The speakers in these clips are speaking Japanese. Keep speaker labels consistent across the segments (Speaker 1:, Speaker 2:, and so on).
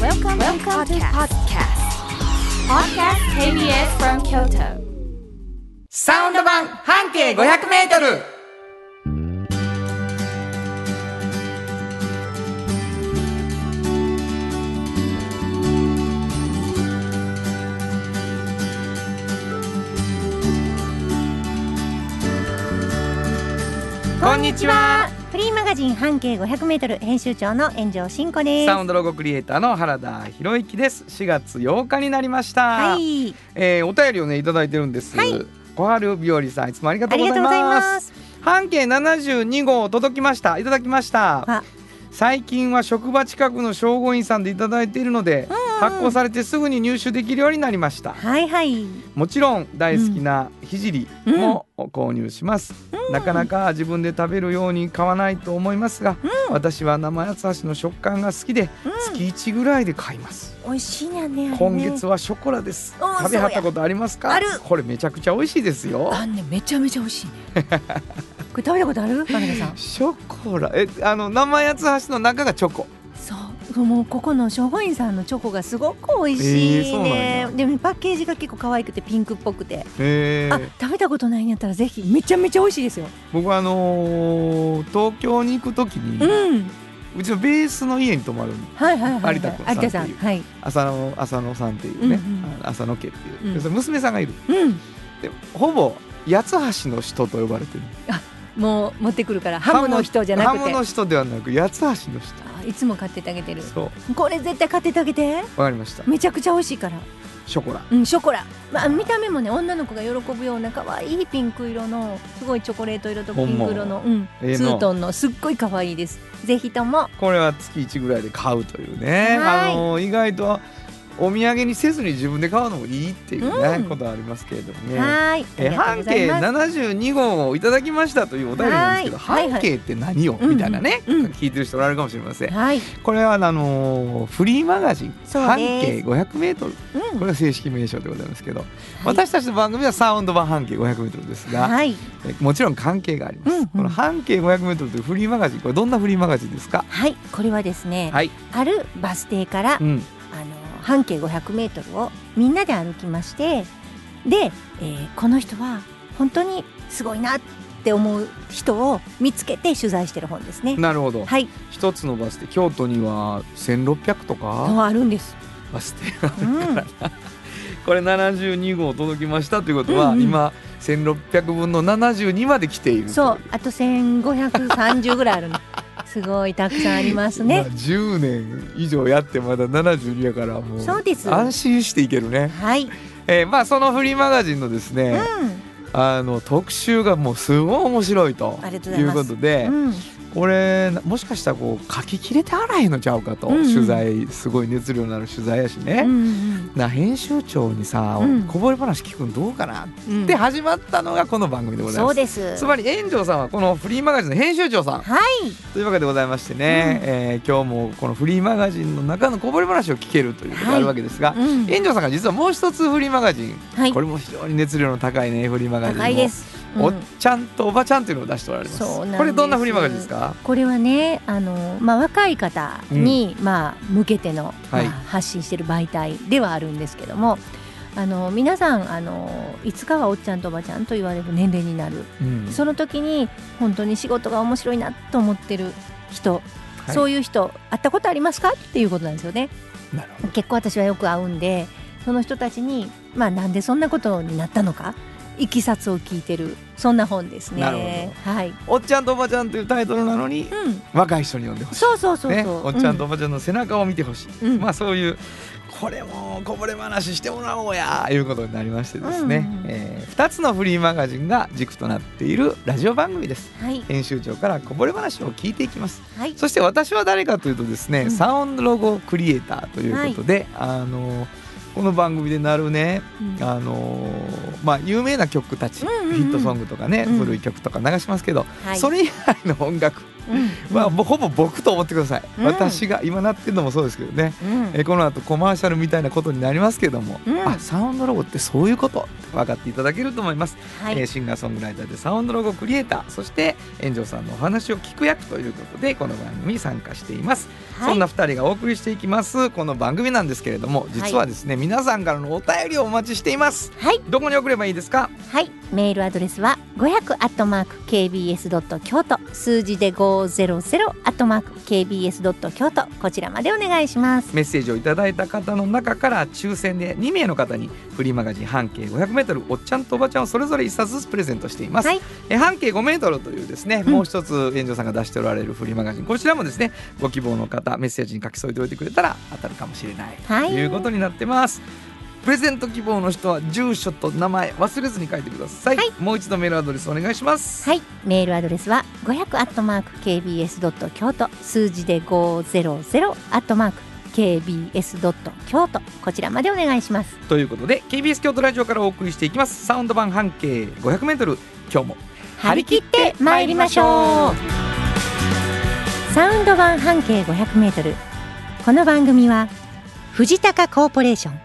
Speaker 1: Welcome, Welcome to podcast. Podcast KBS from Kyoto.
Speaker 2: サウンド版半径500メートルこんにちは
Speaker 3: フリーマガジン半径500メートル編集長の炎上真子です。
Speaker 2: サウンドロゴクリエイターの原田博之です4月8日になりました、
Speaker 3: はい、
Speaker 2: えー、お便りをねいただいてるんです、
Speaker 3: はい
Speaker 2: 小春日和さんいつもありがとうございます
Speaker 3: ありがとうございます
Speaker 2: 半径72号届きましたいただきました
Speaker 3: あ、
Speaker 2: 最近は職場近くの商合員さんでいただいているので発行されてすぐに入手できるようになりました
Speaker 3: はいはい、
Speaker 2: もちろん大好きなひじりも購入します、なかなか自分で食べるように買わないと思いますが、私は生八橋の食感が好きで月1ぐらいで買います
Speaker 3: 美味しいねあれね。
Speaker 2: 今月はショコラです。
Speaker 3: おー
Speaker 2: 食べはったことありますか？
Speaker 3: そうやある
Speaker 2: これめちゃくちゃ美味しいですよ。
Speaker 3: あんねめちゃめちゃ美味 しいね。これ食べたことある？バナナさん。
Speaker 2: ショコラえあの生八つ橋の中がチョコ。
Speaker 3: そう、もうここの聖護院さんのチョコがすごく美味しい
Speaker 2: えーそう
Speaker 3: ね
Speaker 2: な。ん
Speaker 3: でもパッケージが結構可愛くてピンクっぽくて、
Speaker 2: え
Speaker 3: あ
Speaker 2: ー、
Speaker 3: 食べたことないんやったらぜひめちゃめちゃ美味しいですよ。
Speaker 2: 僕はあのー東京に行くとき
Speaker 3: う
Speaker 2: に、
Speaker 3: ん、
Speaker 2: うちのベースの家に泊まるんで
Speaker 3: はいはいはい、はい。
Speaker 2: 有田君さんっていう
Speaker 3: 有田さん、はい。
Speaker 2: 浅野浅野さんっていうね、
Speaker 3: うんうん
Speaker 2: あの浅野家っていう、
Speaker 3: うん
Speaker 2: でその娘さんがいる。
Speaker 3: うん、
Speaker 2: でほぼ八つ橋の人と呼ばれてる。
Speaker 3: もう持ってくるからハムの人じゃなく
Speaker 2: ハム
Speaker 3: て
Speaker 2: の。人ではなく八つ橋の人。
Speaker 3: あいつも買っててあげてる。
Speaker 2: そうわ
Speaker 3: これ絶対買っててあげて。
Speaker 2: かりました。
Speaker 3: めちゃくちゃ美味しいから。
Speaker 2: ショコラ。
Speaker 3: うん、ショコラ、まあ、見た目もね女の子が喜ぶような可愛いピンク色のすごいチョコレート色とピンク色の、うん、ツ
Speaker 2: ええな
Speaker 3: ートンのすっごい可愛いですぜひとも
Speaker 2: これは月1ぐらいで買うというね、
Speaker 3: は
Speaker 2: あ
Speaker 3: い
Speaker 2: の意外とお土産にせずに自分で買うのもいいっていうね、
Speaker 3: うん
Speaker 2: ことはありますけれども
Speaker 3: は
Speaker 2: ね。
Speaker 3: ーい
Speaker 2: え
Speaker 3: あ
Speaker 2: 半
Speaker 3: りがとうご
Speaker 2: 径
Speaker 3: ざいます
Speaker 2: 72号をいただきましたというお便りなんですけど
Speaker 3: はいはいはい
Speaker 2: 半径って何よ、みたいなね、
Speaker 3: うんうん
Speaker 2: 聞いてる人おられるかもしれません、
Speaker 3: はい、
Speaker 2: これはあのーフリーマガジン「
Speaker 3: そう
Speaker 2: 半
Speaker 3: で
Speaker 2: 径 500m」
Speaker 3: うん、
Speaker 2: これが正式名称でございますけど、私たちの番組はサウンド版半径 500m ですが、
Speaker 3: はい
Speaker 2: えもちろん関係があります、
Speaker 3: うんうん
Speaker 2: この半径 500m というフリーマガジンこれどんなフリーマガジンですか、
Speaker 3: はいこれはですね、
Speaker 2: はい、
Speaker 3: あるバス停から、
Speaker 2: うん、
Speaker 3: あの半径500メートルをみんなで歩きましてで、えーこの人は本当にすごいなって思う人を見つけて取材してる本ですね。
Speaker 2: なるほど、
Speaker 3: はい、
Speaker 2: 一つのバス停京都には1600とか
Speaker 3: あるんです。
Speaker 2: バス停が
Speaker 3: うん、
Speaker 2: これ72号届きましたということは、
Speaker 3: うんうん
Speaker 2: 今1600分の72まで来ている
Speaker 3: そう、あと1530ぐらい あるの。すごいたくさんあります
Speaker 2: ね
Speaker 3: ね。
Speaker 2: 10年以上やってまだ72やからもう
Speaker 3: そうです
Speaker 2: 安心していけるね、
Speaker 3: はい。
Speaker 2: えーまあそのフリーマガジンのです
Speaker 3: う
Speaker 2: ね、
Speaker 3: ん。
Speaker 2: あの特集がもうすごい面白いと
Speaker 3: ありがとうござ
Speaker 2: い
Speaker 3: いうます
Speaker 2: ことで、
Speaker 3: うん。
Speaker 2: これもしかしたらこう書ききれてあらへんのちゃうかと、
Speaker 3: うんうん
Speaker 2: 取材すごい熱量のある取材やしね、
Speaker 3: うん
Speaker 2: な編集長にさ、
Speaker 3: うん
Speaker 2: こぼれ話聞くのどうかなっ
Speaker 3: うん。
Speaker 2: て始まったのがこの番組でござい
Speaker 3: そ
Speaker 2: ま
Speaker 3: う
Speaker 2: す。
Speaker 3: です。
Speaker 2: つまり炎上さんはこのフリーマガジンの編集長さん
Speaker 3: はい。
Speaker 2: というわけでございましてね、えー今日もこのフリーマガジンの中のこぼれ話を聞けるということがあるわけですが、
Speaker 3: うん。
Speaker 2: 炎上さんが実はもう一つフリーマガジン、
Speaker 3: はい
Speaker 2: こ。れも非常に熱量の高いねフリーマガジンを
Speaker 3: 高いです。
Speaker 2: お
Speaker 3: う
Speaker 2: っ
Speaker 3: ん
Speaker 2: ちゃんとおばちゃんというのを出しておられます
Speaker 3: そうなんです
Speaker 2: これどんなフリーマガジンですか
Speaker 3: これはね、あのまあ若い方に、まあ向けての、
Speaker 2: はい
Speaker 3: まあ発信してる媒体ではあるんですけども。あの皆さんあのいつかはおっちゃんとおばちゃんと言われる年齢になる
Speaker 2: うん
Speaker 3: その時に本当に仕事が面白いなと思ってる人、
Speaker 2: はい
Speaker 3: そういう人会ったことありますかっていうことなんですよね
Speaker 2: なるほど
Speaker 3: 結構私はよく会うんでその人たちに、まあ、なんでそんなことになったのかいきさつを聞いてるそんな本ですね
Speaker 2: なるほ
Speaker 3: はい、
Speaker 2: おっちゃんとおばちゃんというタイトルなのに
Speaker 3: うん、
Speaker 2: 若い人に読んでほしい
Speaker 3: そうそうそうそう、
Speaker 2: ね、おっちゃんとおばちゃんの背中を見てほしい、
Speaker 3: うん
Speaker 2: まあそういうこれもこぼれ話してもらおうやいうことになりましてですね、
Speaker 3: うん
Speaker 2: え2つのフリーマガジンが軸となっているラジオ番組です
Speaker 3: うんはい
Speaker 2: 編集長からこぼれ話を聞いていきます
Speaker 3: はい
Speaker 2: そして私は誰かというとですね、
Speaker 3: うん
Speaker 2: サウンドロゴクリエイターということで、あのこの番組でなるね、
Speaker 3: うん
Speaker 2: あのまあ、有名な曲たち、
Speaker 3: うんうんうん
Speaker 2: ヒットソングとかね、
Speaker 3: うん
Speaker 2: 古い曲とか流しますけど、
Speaker 3: はい
Speaker 2: それ以外の音楽
Speaker 3: うん
Speaker 2: まあ、もうほぼ僕と思ってください、
Speaker 3: うん
Speaker 2: 私が今なってるのもそうですけどね、
Speaker 3: うん
Speaker 2: えーこの後コマーシャルみたいなことになりますけども、
Speaker 3: うん
Speaker 2: あサウンドロゴってそういうことって分かっていただけると思います、
Speaker 3: はい
Speaker 2: えーシンガーソングライターでサウンドロゴクリエイターそして炎上さんのお話を聞く役ということでこの番組に参加しています、
Speaker 3: は
Speaker 2: そん
Speaker 3: い
Speaker 2: な2人がお送りしていきますこの番組なんですけれども実はですね、皆さんからのお便りをお待ちしています
Speaker 3: はい
Speaker 2: どこに送ればいいですか
Speaker 3: はい、メールアドレスは500アットマーク kbs ドット京都、数字で500アットマーク kbs ドット京都こちらまでお願いします。
Speaker 2: メッセージをいただいた方の中から抽選で2名の方にフリーマガジン半径 500m おっちゃんとおばちゃんをそれぞれ1冊ずつプレゼントしています、
Speaker 3: はい
Speaker 2: え半径 5m というですね、もう一つ園長さんが出しておられるフリーマガジンこちらもですねご希望の方メッセージに書き添えておいてくれたら当たるかもしれない、
Speaker 3: はい
Speaker 2: ということになってますプレゼント希望の人は住所と名前忘れずに書いてください、
Speaker 3: はい
Speaker 2: もう一度メールアドレスお願いします、
Speaker 3: はい、メールアドレスは500アットマーク kbs ドット京都、数字で500アットマーク kbs ドット京都こちらまでお願いします。
Speaker 2: ということで KBS 京都ラジオからお送りしていきますサウンド版半径 500m 今日も
Speaker 3: 張り切って参りましょうサウンド版半径 500m この番組は藤高コーポレーション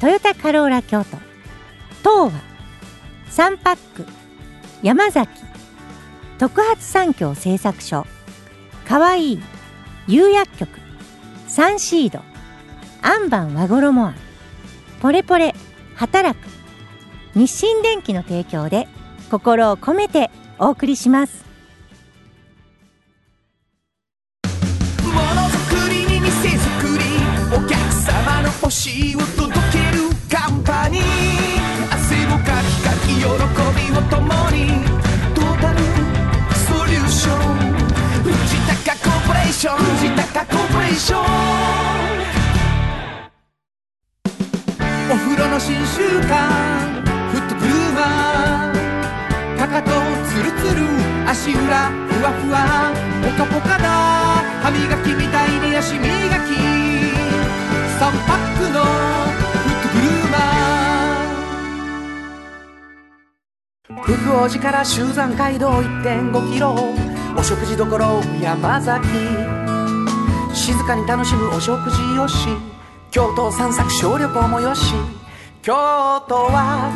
Speaker 3: トヨタカローラ京都東和サンパック山崎特発産業製作所かわいい釉薬局サンシードアンバン和衣あんポレポレ働く日清電機の提供で心を込めてお送りします
Speaker 4: ものづくりに店づくりお客様の欲しいを届けるカンパニー汗をかきかき喜びを共にトータルソリューション藤高コーポレーション藤高コーポレーションお風呂の新習慣フットブルーマーかかとツルツル足裏ふわふわポカポカだ歯磨きみたいに足磨き3パックのフットブルーマー福王寺から集山街道1.5キロお食事どころ山崎静かに楽しむお食事よし京都を散策小旅行もよし京都は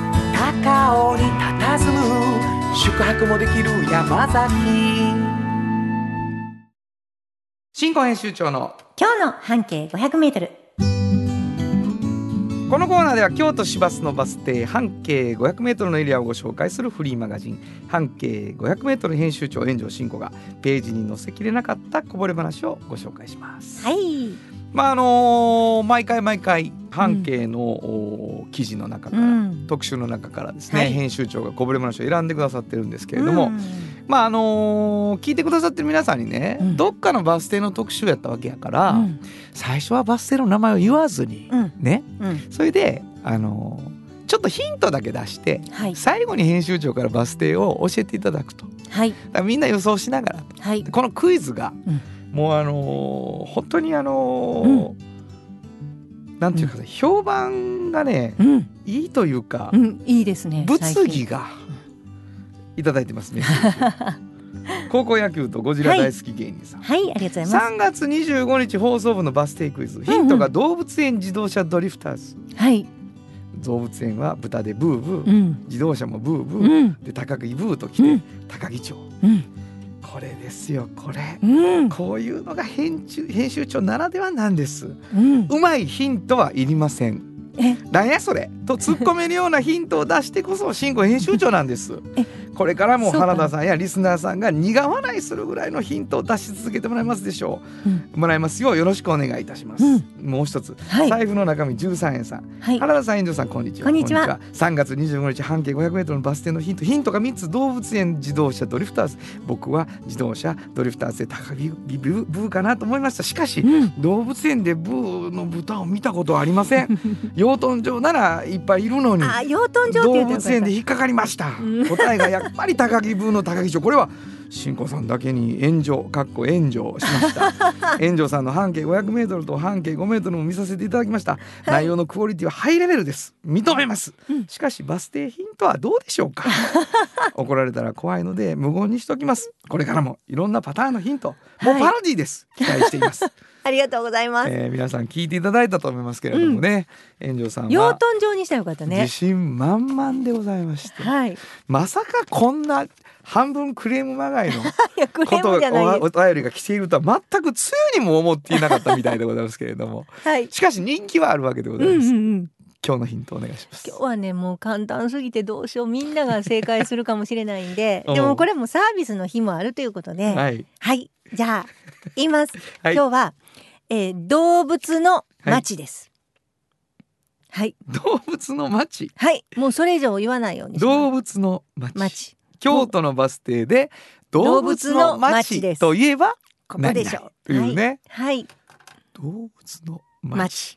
Speaker 4: 高尾に佇む宿泊もできる山崎
Speaker 2: 新婚編集長の
Speaker 3: 今日の半径 500m
Speaker 2: このコーナーでは京都市バスのバス停半径 500m のエリアをご紹介するフリーマガジン「半径 500m」編集長炎上真子がページに載せきれなかったこぼれ話をご紹介します。
Speaker 3: はい
Speaker 2: まああのー毎回毎回半径の、おー記事の中から、
Speaker 3: うん
Speaker 2: 特集の中からですね、
Speaker 3: はい
Speaker 2: 編集長がこぼれ話を選んでくださってるんですけれども、
Speaker 3: うん
Speaker 2: まああのー聞いてくださってる皆さんにね、
Speaker 3: うん
Speaker 2: どっかのバス停の特集やったわけやから、
Speaker 3: うん
Speaker 2: 最初はバス停の名前を言わずに、
Speaker 3: うん
Speaker 2: ね
Speaker 3: うん
Speaker 2: それであのちょっとヒントだけ出して
Speaker 3: はい
Speaker 2: 最後に編集長からバス停を教えていただくとだ
Speaker 3: はい
Speaker 2: からみんな予想しながらと
Speaker 3: はい
Speaker 2: でこのクイズが、
Speaker 3: うん
Speaker 2: もうあのー本当にあのーなんていうか、ね評判がね
Speaker 3: うん
Speaker 2: いいというか、
Speaker 3: うんいいですね
Speaker 2: 物議
Speaker 3: 最近
Speaker 2: がいただいて ますね高校野球とゴジラ大好き芸人さん、
Speaker 3: はいありがとうございま
Speaker 2: 3月25日放送部のバス停クイズヒントが動物園自動車ドリフターズ、
Speaker 3: すはい
Speaker 2: 動物園は豚でブーブー、
Speaker 3: うん
Speaker 2: 自動車もブーブ
Speaker 3: う
Speaker 2: ー、
Speaker 3: ん
Speaker 2: で高木ブーと来て、
Speaker 3: うん
Speaker 2: 高木町
Speaker 3: うん
Speaker 2: これですよこれ、
Speaker 3: うん
Speaker 2: こういうのが編集編集長ならではなんです
Speaker 3: うん
Speaker 2: うまいヒントはいりません
Speaker 3: え
Speaker 2: なんやそれと突っ込めるようなヒントを出してこそ新語編集長なんですこれからも
Speaker 3: そうか
Speaker 2: 原田さんやリスナーさんが苦笑いするぐらいのヒントを出し続けてもらえますでしょう、もらえますようよろしくお願いいたします、
Speaker 3: うん
Speaker 2: もう一つ、
Speaker 3: はい
Speaker 2: 財布の中身13円さん
Speaker 3: はい
Speaker 2: 原田さん、遠藤さん、こんにちは。
Speaker 3: こんにちは
Speaker 2: 3月25日、半径500メートルのバス停のヒント。ヒントが3つ、動物園、自動車、ドリフターズ。僕は自動車、ドリフターズで高木ブーブーかなと思いました。しかし、
Speaker 3: うん
Speaker 2: 動物園でブーの豚を見たことはありませ ん。養豚場ならいっぱいいるのに。
Speaker 3: あ養豚場って
Speaker 2: 動
Speaker 3: 言って
Speaker 2: 物園で
Speaker 3: い
Speaker 2: 引っかかりました
Speaker 3: う。
Speaker 2: 答えがやっぱり高木ブーの高木町。これは新子さんだけに炎上かっこ炎上しました 炎上さんの半径 500m と半径 5m も見させていただきました、内容のクオリティはハイレベルです認めます、しかしバス停ヒントはどうでしょう か怒られたら怖いので無言にしときますこれからもいろんなパターンのヒントもう
Speaker 3: はい
Speaker 2: パロディです、期待しています、
Speaker 3: ありがとうございます。
Speaker 2: えー皆さん聞いていただいたと思いますけれどもね、炎上さん
Speaker 3: 養
Speaker 2: は
Speaker 3: 豚場にしたらよかった
Speaker 2: 自
Speaker 3: ね。
Speaker 2: 信満々でございまして、
Speaker 3: はい。い
Speaker 2: まさかこんな半分クレームまがいの
Speaker 3: や クレ
Speaker 2: こ
Speaker 3: ー
Speaker 2: と
Speaker 3: ムじゃな
Speaker 2: が
Speaker 3: いで
Speaker 2: おお便りが来ているとは全くつゆにも思っていなかったみたいでございますけれど も
Speaker 3: す。はい。
Speaker 2: しかし人気はあるわけでご
Speaker 3: う
Speaker 2: ざ
Speaker 3: ん
Speaker 2: い
Speaker 3: うん
Speaker 2: ます、
Speaker 3: うん。
Speaker 2: 今日のヒントお願いします
Speaker 3: 今日はねもう簡単すぎてどうしようみんなが正解するかもしれないんで
Speaker 2: うん
Speaker 3: でもこれもサービスの日もあるということで、はい、
Speaker 2: はい
Speaker 3: じゃあ言います、
Speaker 2: はい
Speaker 3: 今日は、えー動物の町ですはい
Speaker 2: 動物の町
Speaker 3: はい、もうそれ以上言わないようにします
Speaker 2: 動物の町
Speaker 3: 町
Speaker 2: 京都のバス停で動物
Speaker 3: 動物の
Speaker 2: の
Speaker 3: 町
Speaker 2: 町
Speaker 3: です
Speaker 2: といえば
Speaker 3: ここでし
Speaker 2: 何
Speaker 3: ょ
Speaker 2: 々というね、
Speaker 3: はい、はい、
Speaker 2: 動物の町
Speaker 3: 町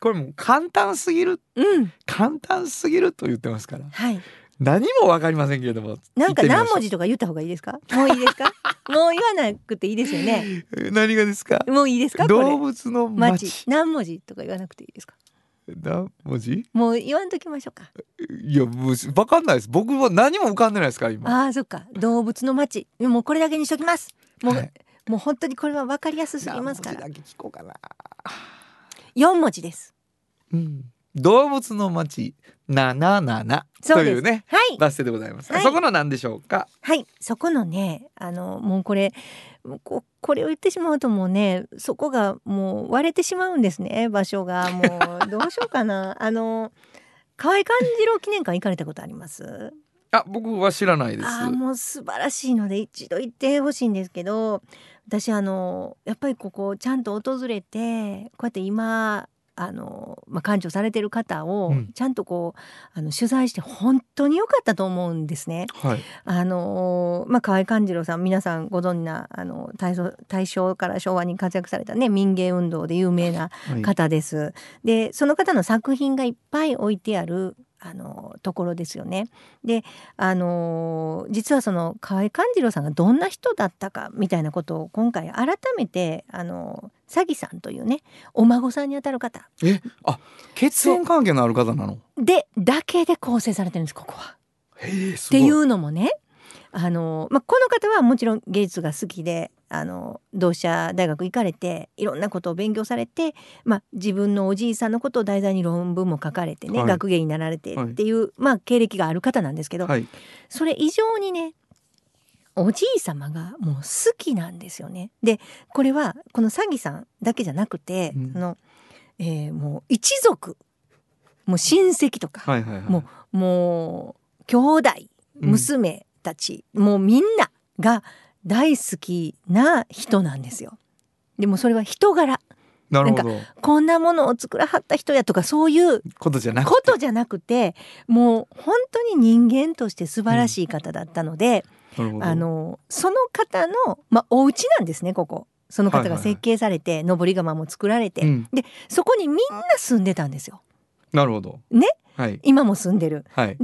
Speaker 2: これもう簡単すぎる
Speaker 3: うん
Speaker 2: 簡単すぎると言ってますから
Speaker 3: はい
Speaker 2: 何もわかりませんけれども
Speaker 3: なんか何文
Speaker 2: 字
Speaker 3: 字とか言った方がいいですかもういい ですかもう言わなくていいですよね
Speaker 2: 何がですか
Speaker 3: もういいですかこ
Speaker 2: 動
Speaker 3: れ
Speaker 2: 物の
Speaker 3: 町
Speaker 2: 町
Speaker 3: 何文字とか言わなくていいですか
Speaker 2: 何文字
Speaker 3: もう言わんときましょうか
Speaker 2: いやもうわかんないです僕は何も浮かんでないですから今
Speaker 3: ああそっか動物の町もうこれだけにしときますもう、
Speaker 2: はい
Speaker 3: もう本当にこれは分かりやすすぎますから
Speaker 2: 何文字だけ聞こうかな、
Speaker 3: 四文字です
Speaker 2: うん、動物の町77
Speaker 3: そ
Speaker 2: と
Speaker 3: うです
Speaker 2: いうね
Speaker 3: はい
Speaker 2: バス停でございます、
Speaker 3: はい
Speaker 2: そこの何でしょうか
Speaker 3: はいそこのねあのもうこれここれを言ってしまうともうねそこがもう割れてしまうんですね場所がもうどうしようかなあの河合勘次郎記念館行かれたことあります
Speaker 2: あ僕は知らないです
Speaker 3: あーもう素晴らしいので一度行ってほしいんですけど私あのやっぱりここちゃんと訪れてこうやって今あの、まあ、館長されてる方を
Speaker 2: うん
Speaker 3: ちゃんとこう、あの取材して本当に良かったと思うんですね。
Speaker 2: はい
Speaker 3: あのまあ、河合勘次郎さん皆さんご存知なあの大正大正から昭和に活躍されたね民芸運動で有名な
Speaker 2: はい
Speaker 3: 方です。でその方の作品がいっぱい置いてあるあのところですよね。であの実はその河合勘次郎さんがどんな人だったかみたいなことを今回改めてあの詐欺さんというねお孫さんにあたる方
Speaker 2: えあ血縁関係のある方なの
Speaker 3: でだけで構成されてるんですここは。
Speaker 2: へえす
Speaker 3: って
Speaker 2: ごい
Speaker 3: いうのもねあの、まあ、この方はもちろん芸術が好きであの同志社大学行かれていろんなことを勉強されて、まあ、自分のおじいさんのことを題材に論文も書かれてね、
Speaker 2: はい
Speaker 3: 学芸になられてっていう、まあ、経歴がある方なんですけど、
Speaker 2: はい
Speaker 3: それ以上にねおじい様がもう好きなんですよね。でこれはこの詐欺さんだけじゃなくて、
Speaker 2: うん
Speaker 3: そのえーもう一族もう親戚とか、
Speaker 2: はいはいはい
Speaker 3: ももう兄弟
Speaker 2: うん
Speaker 3: 娘たち、もうみんなが大好きな人なんですよ。でもそれは人柄
Speaker 2: なるほど
Speaker 3: こんなものを作らはった人やとかそういう
Speaker 2: ことじゃなくて
Speaker 3: ことじゃなくてもう本当に人間として素晴らしい方だったので、
Speaker 2: なるほど
Speaker 3: あのその方の、まあ、お家なんですねここ。その方が設計されて、上り窯も作られて、
Speaker 2: うん
Speaker 3: そこにみんな住んでたんですよ
Speaker 2: なるほど
Speaker 3: ね
Speaker 2: はい
Speaker 3: 今も住んでる、
Speaker 2: はい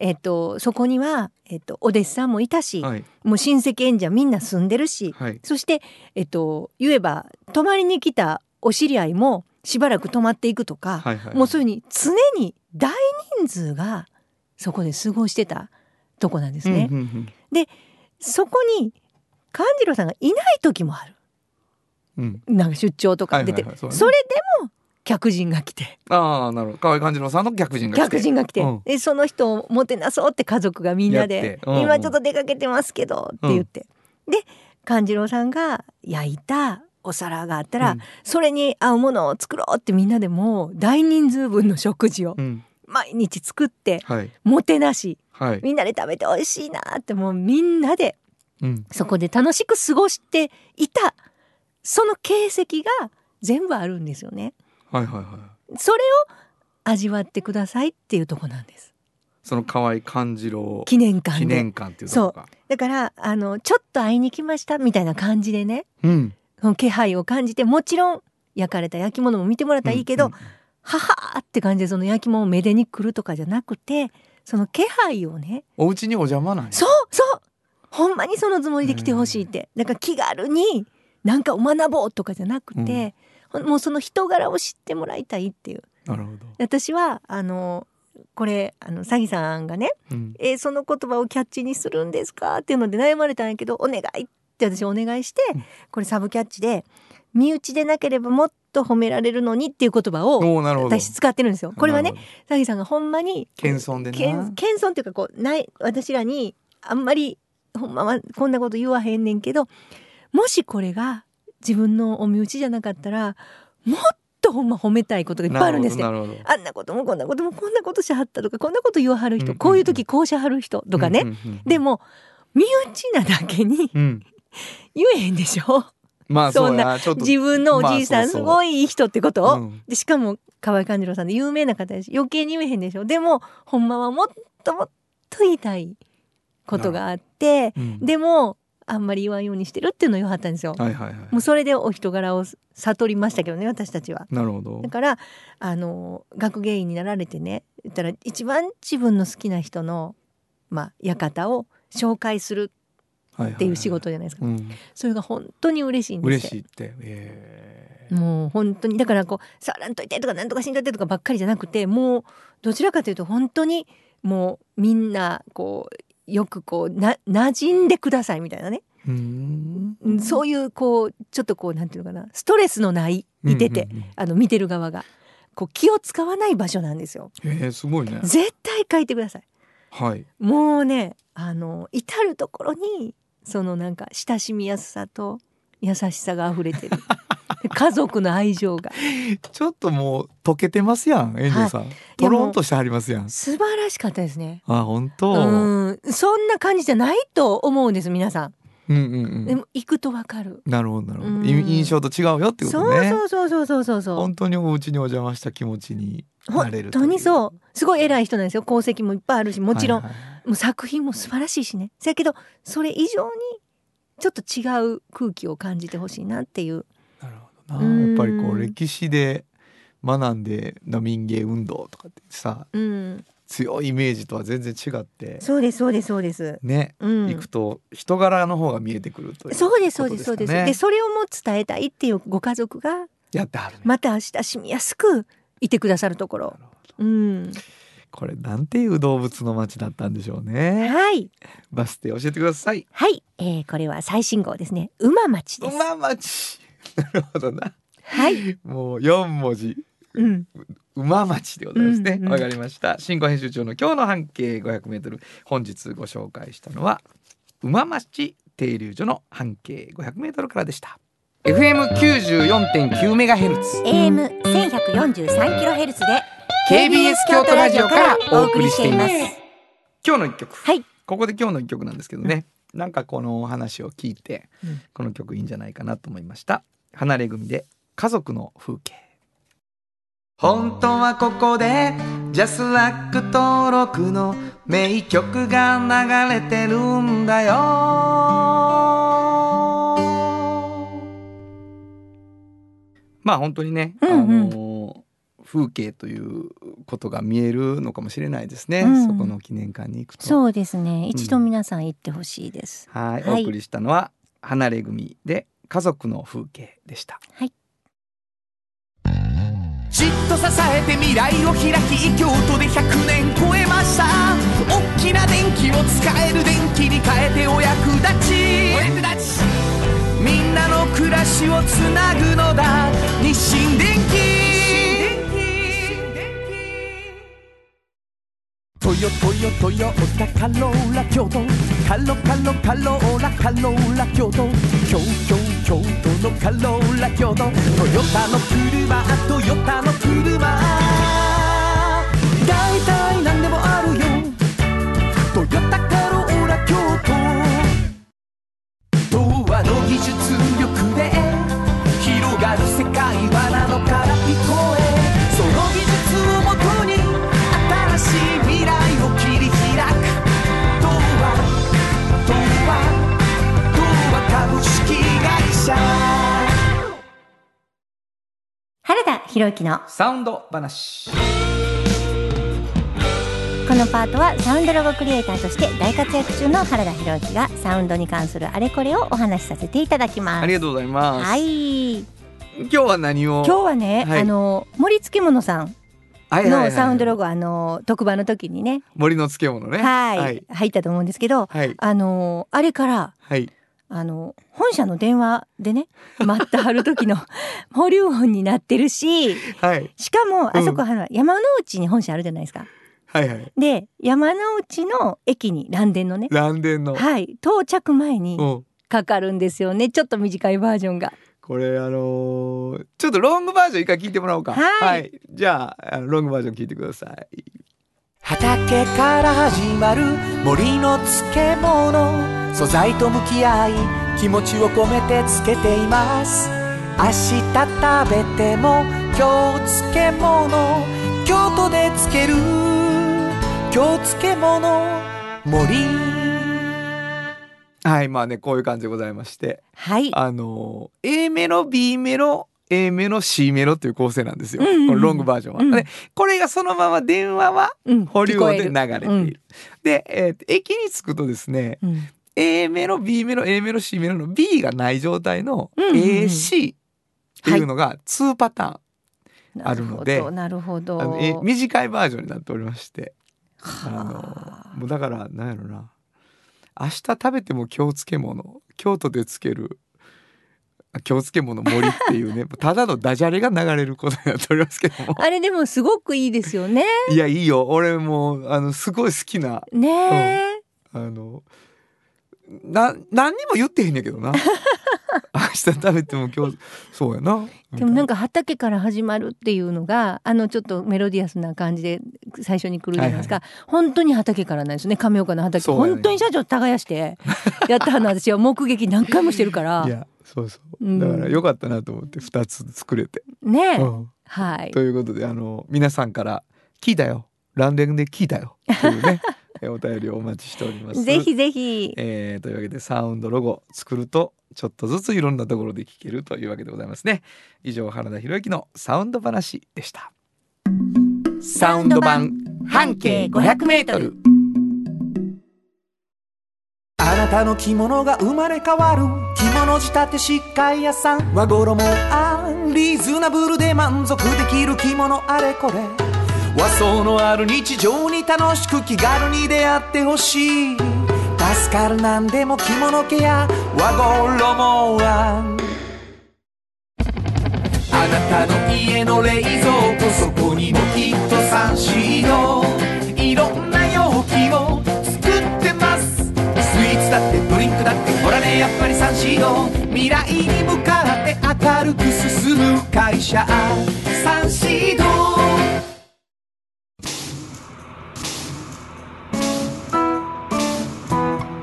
Speaker 3: えっとそこには、えっとお弟子さんもいたし、
Speaker 2: はい
Speaker 3: もう親戚縁者みんな住んでるし、
Speaker 2: はい
Speaker 3: そして、えっと、言えば泊まりに来たお知り合いもしばらく泊まっていくとか、
Speaker 2: はいはい
Speaker 3: もうそういうふうに常に大人数がそこで過ごしてたとこなんですね。
Speaker 2: うんうんうん
Speaker 3: そこに勘次郎さんがいない時もある
Speaker 2: うん、
Speaker 3: なんか出張とか出て、
Speaker 2: はいはいはいそうね
Speaker 3: それでも客人が来て
Speaker 2: ああなるほど河合勘次郎さんの客人が来て
Speaker 3: 客人が来て、
Speaker 2: うん
Speaker 3: でその人をもてなそうって家族がみんな
Speaker 2: やっ
Speaker 3: で
Speaker 2: てうんうん
Speaker 3: 今ちょっと出かけてますけど」って言って、で勘次郎さんが焼いたお皿があったら、
Speaker 2: うん
Speaker 3: それに合うものを作ろうってみんなでもう大人数分の食事を
Speaker 2: うん、
Speaker 3: 毎日作って
Speaker 2: はい
Speaker 3: もてなし
Speaker 2: はい、
Speaker 3: みんなで食べて美味しいなってもうみんなで
Speaker 2: うん、
Speaker 3: そこで楽しく過ごしていたその形跡が全部あるんですよね。
Speaker 2: はいはいはい
Speaker 3: それを味わってくださいっていうとこなんです。
Speaker 2: その河合勘次郎
Speaker 3: 記念館で
Speaker 2: 記念館っていうとこか
Speaker 3: だからあのちょっと会いに来ましたみたいな感じでね
Speaker 2: う、ん、
Speaker 3: その気配を感じてもちろん焼かれた焼き物も見てもらったらいいけど、
Speaker 2: うん
Speaker 3: ははーって感じでその焼き物をめでに来るとかじゃなくてその気配をね
Speaker 2: お家にお邪魔なんや
Speaker 3: そうそうほんまにそのつもりで来てほしいって、なんか気軽になんかを学ぼうとかじゃなくて、ほんもうその人柄を知ってもらいたいっていう
Speaker 2: なるほど、
Speaker 3: 私はあのこれあの詐欺さんがね
Speaker 2: うん
Speaker 3: 「えーその言葉をキャッチにするんですか?」っていうので悩まれたんやけど「お願い」って私お願いして
Speaker 2: うん
Speaker 3: これサブキャッチで「身内でなければもっと褒められるのに」っていう言葉を
Speaker 2: おおなるほど
Speaker 3: 私使ってるんですよ。これはね
Speaker 2: なるほ
Speaker 3: 詐欺さんがほんまに
Speaker 2: ど謙遜で
Speaker 3: け
Speaker 2: なん
Speaker 3: 謙遜っていうかこうない私らにあんまりほんまはこんなこと言わへんねんけどもしこれが自分のお身内じゃなかったらもっとほんま褒めたいことがいっぱいあるんですよ
Speaker 2: な。るほどなるほど
Speaker 3: あんなこともこんなこともこんなことしはったとかこんなこと言わはる
Speaker 2: うん
Speaker 3: 人、
Speaker 2: うんうん
Speaker 3: こういう時こうしはる人とかね、
Speaker 2: うんうんうん
Speaker 3: でも身内なだけに
Speaker 2: うん
Speaker 3: 言えへんでしょ
Speaker 2: まあ
Speaker 3: そ
Speaker 2: そ
Speaker 3: ん
Speaker 2: う
Speaker 3: な
Speaker 2: やちょっと
Speaker 3: 自分のおじいさん、
Speaker 2: まあそうそう
Speaker 3: すごいいい人ってことを、
Speaker 2: うん
Speaker 3: でしかも河合勘次郎さんで有名な方やし余計に言えへんでしょでもほんまはもっともっと言いたいことがあって
Speaker 2: うん
Speaker 3: でもあんまり言わんようにしてるっていうのを言わはったんですよ。
Speaker 2: はいはいはい
Speaker 3: もうそれでお人柄を悟りましたけどね私たちは。
Speaker 2: なるほど
Speaker 3: だからあの学芸員になられてね言ったら一番自分の好きな人の、まあ、館を紹介する
Speaker 2: っ
Speaker 3: っていう仕、事じゃないですか、
Speaker 2: はいはいはいうん、
Speaker 3: それが本当に嬉しいんですって
Speaker 2: 嬉しいってええ
Speaker 3: もう本当にだからこう触らんといてとかなんとかしんといてとかばっかりじゃなくてもうどちらかというと本当にもうみんなこうよくこうな馴染んでくださいみたいなね、
Speaker 2: うーん
Speaker 3: そういうこうちょっとこうなんていうのかなストレスのない見てて、
Speaker 2: うんうんうん
Speaker 3: あの見てる側がこう気を使わない場所なんですよ。
Speaker 2: ええすごいね
Speaker 3: 絶対書いてください
Speaker 2: はい
Speaker 3: もうねあの至る所にそのなんか親しみやすさと優しさが溢 れてるで家族の愛情が
Speaker 2: ちょっともう溶けてますやん遠藤さん、とろんとしてはりますやん
Speaker 3: 素晴らしかったですね
Speaker 2: あ本当
Speaker 3: う、んそんな感じじゃないと思うんです皆さん
Speaker 2: うんうんうん
Speaker 3: でも行くとわかる、
Speaker 2: なるほどなるほど、
Speaker 3: うん
Speaker 2: い印象と違うよってことね
Speaker 3: そうそうそうそうそうそう
Speaker 2: 本当にお家にお邪魔した気持ちになれ
Speaker 3: 本
Speaker 2: る
Speaker 3: 当に
Speaker 2: う
Speaker 3: そうすごい偉い人なんですよ功績もいっぱいあるしもちろん、
Speaker 2: はいはい
Speaker 3: もう作品も素晴らしいしねそやけどそれ以上にちょっと違う空気を感じてほしいなっていう
Speaker 2: なるほど
Speaker 3: うん
Speaker 2: なやっぱりこう歴史で学んでの民芸運動とかってさ
Speaker 3: うん、
Speaker 2: 強いイメージとは全然違って
Speaker 3: そうですそうですそうです。
Speaker 2: ね、
Speaker 3: うん、
Speaker 2: 行くと人柄の方が見えてくるという
Speaker 3: そうですそ
Speaker 2: こ
Speaker 3: う
Speaker 2: と
Speaker 3: ですそう
Speaker 2: かね
Speaker 3: です。でそれをもう伝えたいっていうご家族が
Speaker 2: やってはるね、
Speaker 3: また親しみやすくいてくださるところ
Speaker 2: な。るほど
Speaker 3: うん、
Speaker 2: これなんていう動物の街だったんでしょうね
Speaker 3: はい
Speaker 2: バス停教えてください
Speaker 3: はい、えー、これは最新号ですね。馬町です。
Speaker 2: 馬町なるほどな
Speaker 3: はい、
Speaker 2: もう四文字
Speaker 3: うん、
Speaker 2: 馬町でございますね。わ、
Speaker 3: うんうん
Speaker 2: かりました。新語編集長の今日の半径500メートル。本日ご紹介したのは馬町停留所の半径500メートルからでした。FM 94.9メガヘルツ
Speaker 3: AM 千百四十三キロヘルツで
Speaker 2: KBS 京都ラジオからお送りしています。
Speaker 3: は
Speaker 2: 今日の一曲。
Speaker 3: い、
Speaker 2: ここで今日の一曲なんですけどね。なんかこのお話を聞いて、
Speaker 3: うん
Speaker 2: この曲いいんじゃないかなと思いました。離れ組で家族の風景。本当はここでジャスラック登録の名曲が流れてるんだよまあ本当にね、
Speaker 3: うんうん
Speaker 2: あの風景ということが見えるのかもしれないですね、
Speaker 3: うん
Speaker 2: そこの記念館に行くと。
Speaker 3: そうですね。一度皆さん行ってほしいです。
Speaker 2: はい、
Speaker 3: はい
Speaker 2: お送りしたのは離れ組で家族の風景でした。
Speaker 4: じっと支えて未来を開き京都で100年超えました大きな電気を使える電気に変えてお役立ちお役立ちみんなの暮らしをつなぐのだ日清電気トヨトヨトヨタカローラ京都カロカロカローラカローラ京都京京京都のカローラ京都トヨタの車トヨタの車だいたいなんでもあるよトヨタカローラ京都童話の技術力で広がる世界はなのから聞こえその技術をもとに新しい未来を切り開く童話童話童話株式会社
Speaker 3: 原田博之の
Speaker 2: サウンド話。
Speaker 3: ここのパートはサウンドロゴクリエイターとして大活躍中の原田博之がサウンドに関するあれこれをお話しさせていただきます
Speaker 2: ありがとうございます、
Speaker 3: はい
Speaker 2: 今
Speaker 3: 今
Speaker 2: 日は何を
Speaker 3: 日はね、
Speaker 2: はい
Speaker 3: あの森漬物さん
Speaker 2: はいはいはいは
Speaker 3: の
Speaker 2: い
Speaker 3: サウンドロゴ、あの特番の時にね
Speaker 2: 森の漬物ね
Speaker 3: はい、
Speaker 2: はい
Speaker 3: 入ったと思うんですけど
Speaker 2: はい
Speaker 3: あのあれから
Speaker 2: はい
Speaker 3: あの本社の電話 でね待ってはる時の保留音になってるし
Speaker 2: はい
Speaker 3: しかも
Speaker 2: うん
Speaker 3: あそこ、あの山の内に本社あるじゃないですか。
Speaker 2: はいはい
Speaker 3: で山の内の駅に蘭電のね
Speaker 2: ランデンの、
Speaker 3: はい到着前に
Speaker 2: うん
Speaker 3: かかるんですよねちょっと短いバージョンが。
Speaker 2: これあのーちょっとロングバージョン一回聞いてもらおうか
Speaker 3: はい
Speaker 2: じゃああのロングバージョン聞いてください
Speaker 4: 畑から始まる森の漬物素材と向き合い気持ちを込めて漬けています明日食べても今日漬物京都で漬ける今日漬物森
Speaker 2: はいまあねこういう感じでございまして
Speaker 3: はい。
Speaker 2: あのー A メロ B メロ A メロ C メロっていう構成なんですよ、
Speaker 3: うんうんうん
Speaker 2: このロングバージョンは、
Speaker 3: うん
Speaker 2: でこれがそのまま電話は
Speaker 3: うん
Speaker 2: 保留
Speaker 3: 聞こ
Speaker 2: 音
Speaker 3: え
Speaker 2: で
Speaker 3: る
Speaker 2: 流れている
Speaker 3: うん
Speaker 2: で、えー駅に着くとですね
Speaker 3: うん
Speaker 2: A メロ B メロ A メロ C メロの B がない状態の
Speaker 3: うんうんうん
Speaker 2: AC っていうのが2パターン、
Speaker 3: なるほどなるほ
Speaker 2: あの
Speaker 3: ど。
Speaker 2: え短いバージョンになっておりましてあ
Speaker 3: は
Speaker 2: のもうだからなんやろな明日食べても今日漬物京都で漬けるあ今日漬物森っていう ねただのダジャレが流れることになっておりますけども
Speaker 3: あれでもすごくいいですよね。
Speaker 2: いやいいよ俺もうあのすごい好きな
Speaker 3: ねえ、
Speaker 2: あのな何にも言ってへんねんけど な明日食べても今日そうやな
Speaker 3: でもなん
Speaker 2: か
Speaker 3: か畑から始まるっていうのがあのちょっとメロディアスな感じで最初に来るじゃないですか、本当に畑からなんですね亀岡の畑、
Speaker 2: そうやね
Speaker 3: 本当に社長耕して やったの私は目撃何回もしてるから
Speaker 2: いやそうそううんだからよかったなと思って2つ作れて、
Speaker 3: ねえ、
Speaker 2: うん
Speaker 3: はい
Speaker 2: ということであの皆さんから「聞いたよランデンで聞いたよ」という ねえお便りをお待ちしております。
Speaker 3: ぜひぜひ
Speaker 2: えーというわけでサウンドロゴ作るとちょっとずついろんなところで聞けるというわけでございますね。以上原田博之のサウンド話でした。サ
Speaker 3: ウンド版半径500メートル
Speaker 4: あなたの着物が生まれ変わる着物仕立て疾患屋さん和衣もあリーズナブルで満足できる着物あれこれ和装のある日常に楽しく気軽に出会ってほしい助かるなんでも着物ケア和衣もああなたの家の冷蔵庫そこにもきっとサンシードいろんな容器を作ってますスイーツだってドリンクだってほらねやっぱりサンシード未来に向かって明るく進む会社サンシード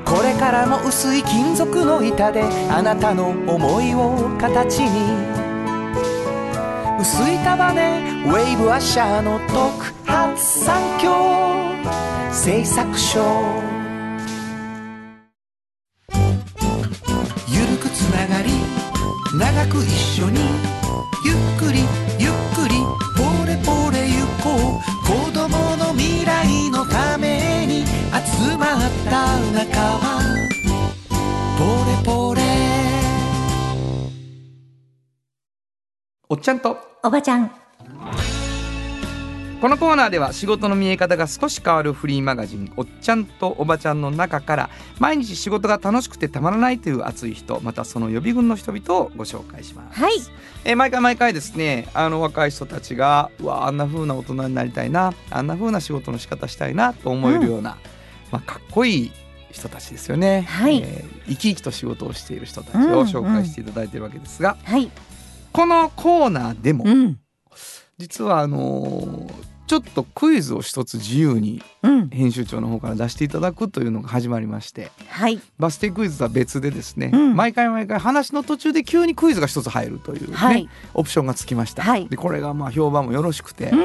Speaker 4: これからも薄い金属の板であなたの思いを形に薄い束ねウェーブアッシャーの特発産業製作所ゆるくつながり長く一緒にゆっくりゆっくりポレポレゆこう子供の未来のために集まった仲間ポレポレ
Speaker 2: おっちゃんと
Speaker 3: おばちゃん
Speaker 2: このコーナーでは仕事の見え方が少し変わるフリーマガジン「おっちゃんとおばちゃん」の中から毎日仕事が楽しくてたまらないという熱い人またその予備軍の人々をご紹介します。
Speaker 3: はい
Speaker 2: えー毎回毎回ですねあの若い人たちがうわああんな風な大人になりたいなあんな風な仕事の仕方したいなと思えるような、まあ、かっこいい人たちですよね、
Speaker 3: はい
Speaker 2: えー生き生きと仕事をしている人たちを紹介していただいているわけですが、
Speaker 3: はい
Speaker 2: このコーナーでも
Speaker 3: うん
Speaker 2: 実はあのーちょっとクイズを一つ自由に
Speaker 3: うん
Speaker 2: 編集長の方から出していただくというのが始まりまして
Speaker 3: はい
Speaker 2: バス停クイズとは別でですね、
Speaker 3: うん
Speaker 2: 毎回毎回話の途中で急にクイズが一つ入るという、ね
Speaker 3: はい
Speaker 2: オプションがつきました、
Speaker 3: はい
Speaker 2: でこれがまあ評判もよろしくて、
Speaker 3: う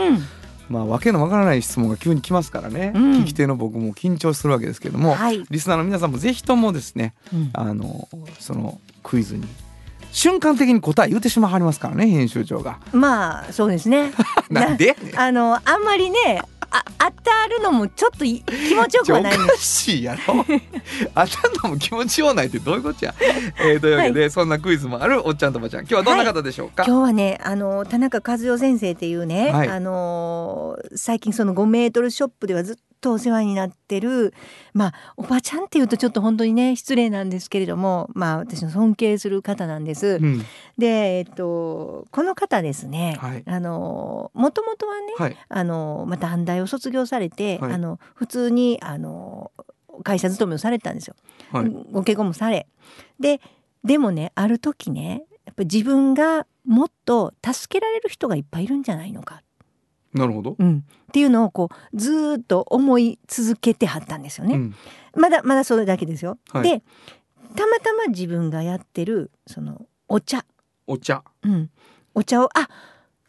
Speaker 2: まあ、わけのわからない質問が急に来ますからね、
Speaker 3: うん
Speaker 2: 聞き手の僕も緊張するわけですけれど
Speaker 3: ん
Speaker 2: も、
Speaker 3: はい
Speaker 2: リスナーの皆さんもぜひともですね
Speaker 3: うん
Speaker 2: あのそのクイズに瞬間的に答え言ってしまはりますからね編集長が。
Speaker 3: まあそうですね
Speaker 2: なんでやねん
Speaker 3: あのあんまりねあ当たるのもちょっとい気持ちよ
Speaker 2: ち
Speaker 3: く
Speaker 2: ょ
Speaker 3: は
Speaker 2: お
Speaker 3: ない
Speaker 2: かしい やろ当たんのも気持ちようないってどういうことや、えー、というわけで、そんなクイズもあるおっちゃんとばちゃん今日はどんな方でしょうか、
Speaker 3: 今日はねあの田中和代先生っていうね、
Speaker 2: はい
Speaker 3: あの最近その5メートルショップではずっとお世話になってるまあおばちゃんっていうとちょっと本当にね失礼なんですけれどもまあ私の尊敬する方なんです。
Speaker 2: うん
Speaker 3: でえっとこの方ですね、
Speaker 2: はい
Speaker 3: あのもともとはね、
Speaker 2: はい
Speaker 3: あのまあ短大を卒業されて、
Speaker 2: はい
Speaker 3: あの普通にあの会社勤めをされたんですよ。
Speaker 2: はい
Speaker 3: ご結婚もされででもねある時ねやっぱり自分がもっと助けられる人がいっぱいいるんじゃないのか、
Speaker 2: なるほど、
Speaker 3: うん、っていうのをこうずーっと思い続けてはったんですよね。
Speaker 2: うん
Speaker 3: まだまだそれだけですよ。
Speaker 2: はい
Speaker 3: でたまたま自分がやってるそのお茶、
Speaker 2: お茶
Speaker 3: うん、お茶をあ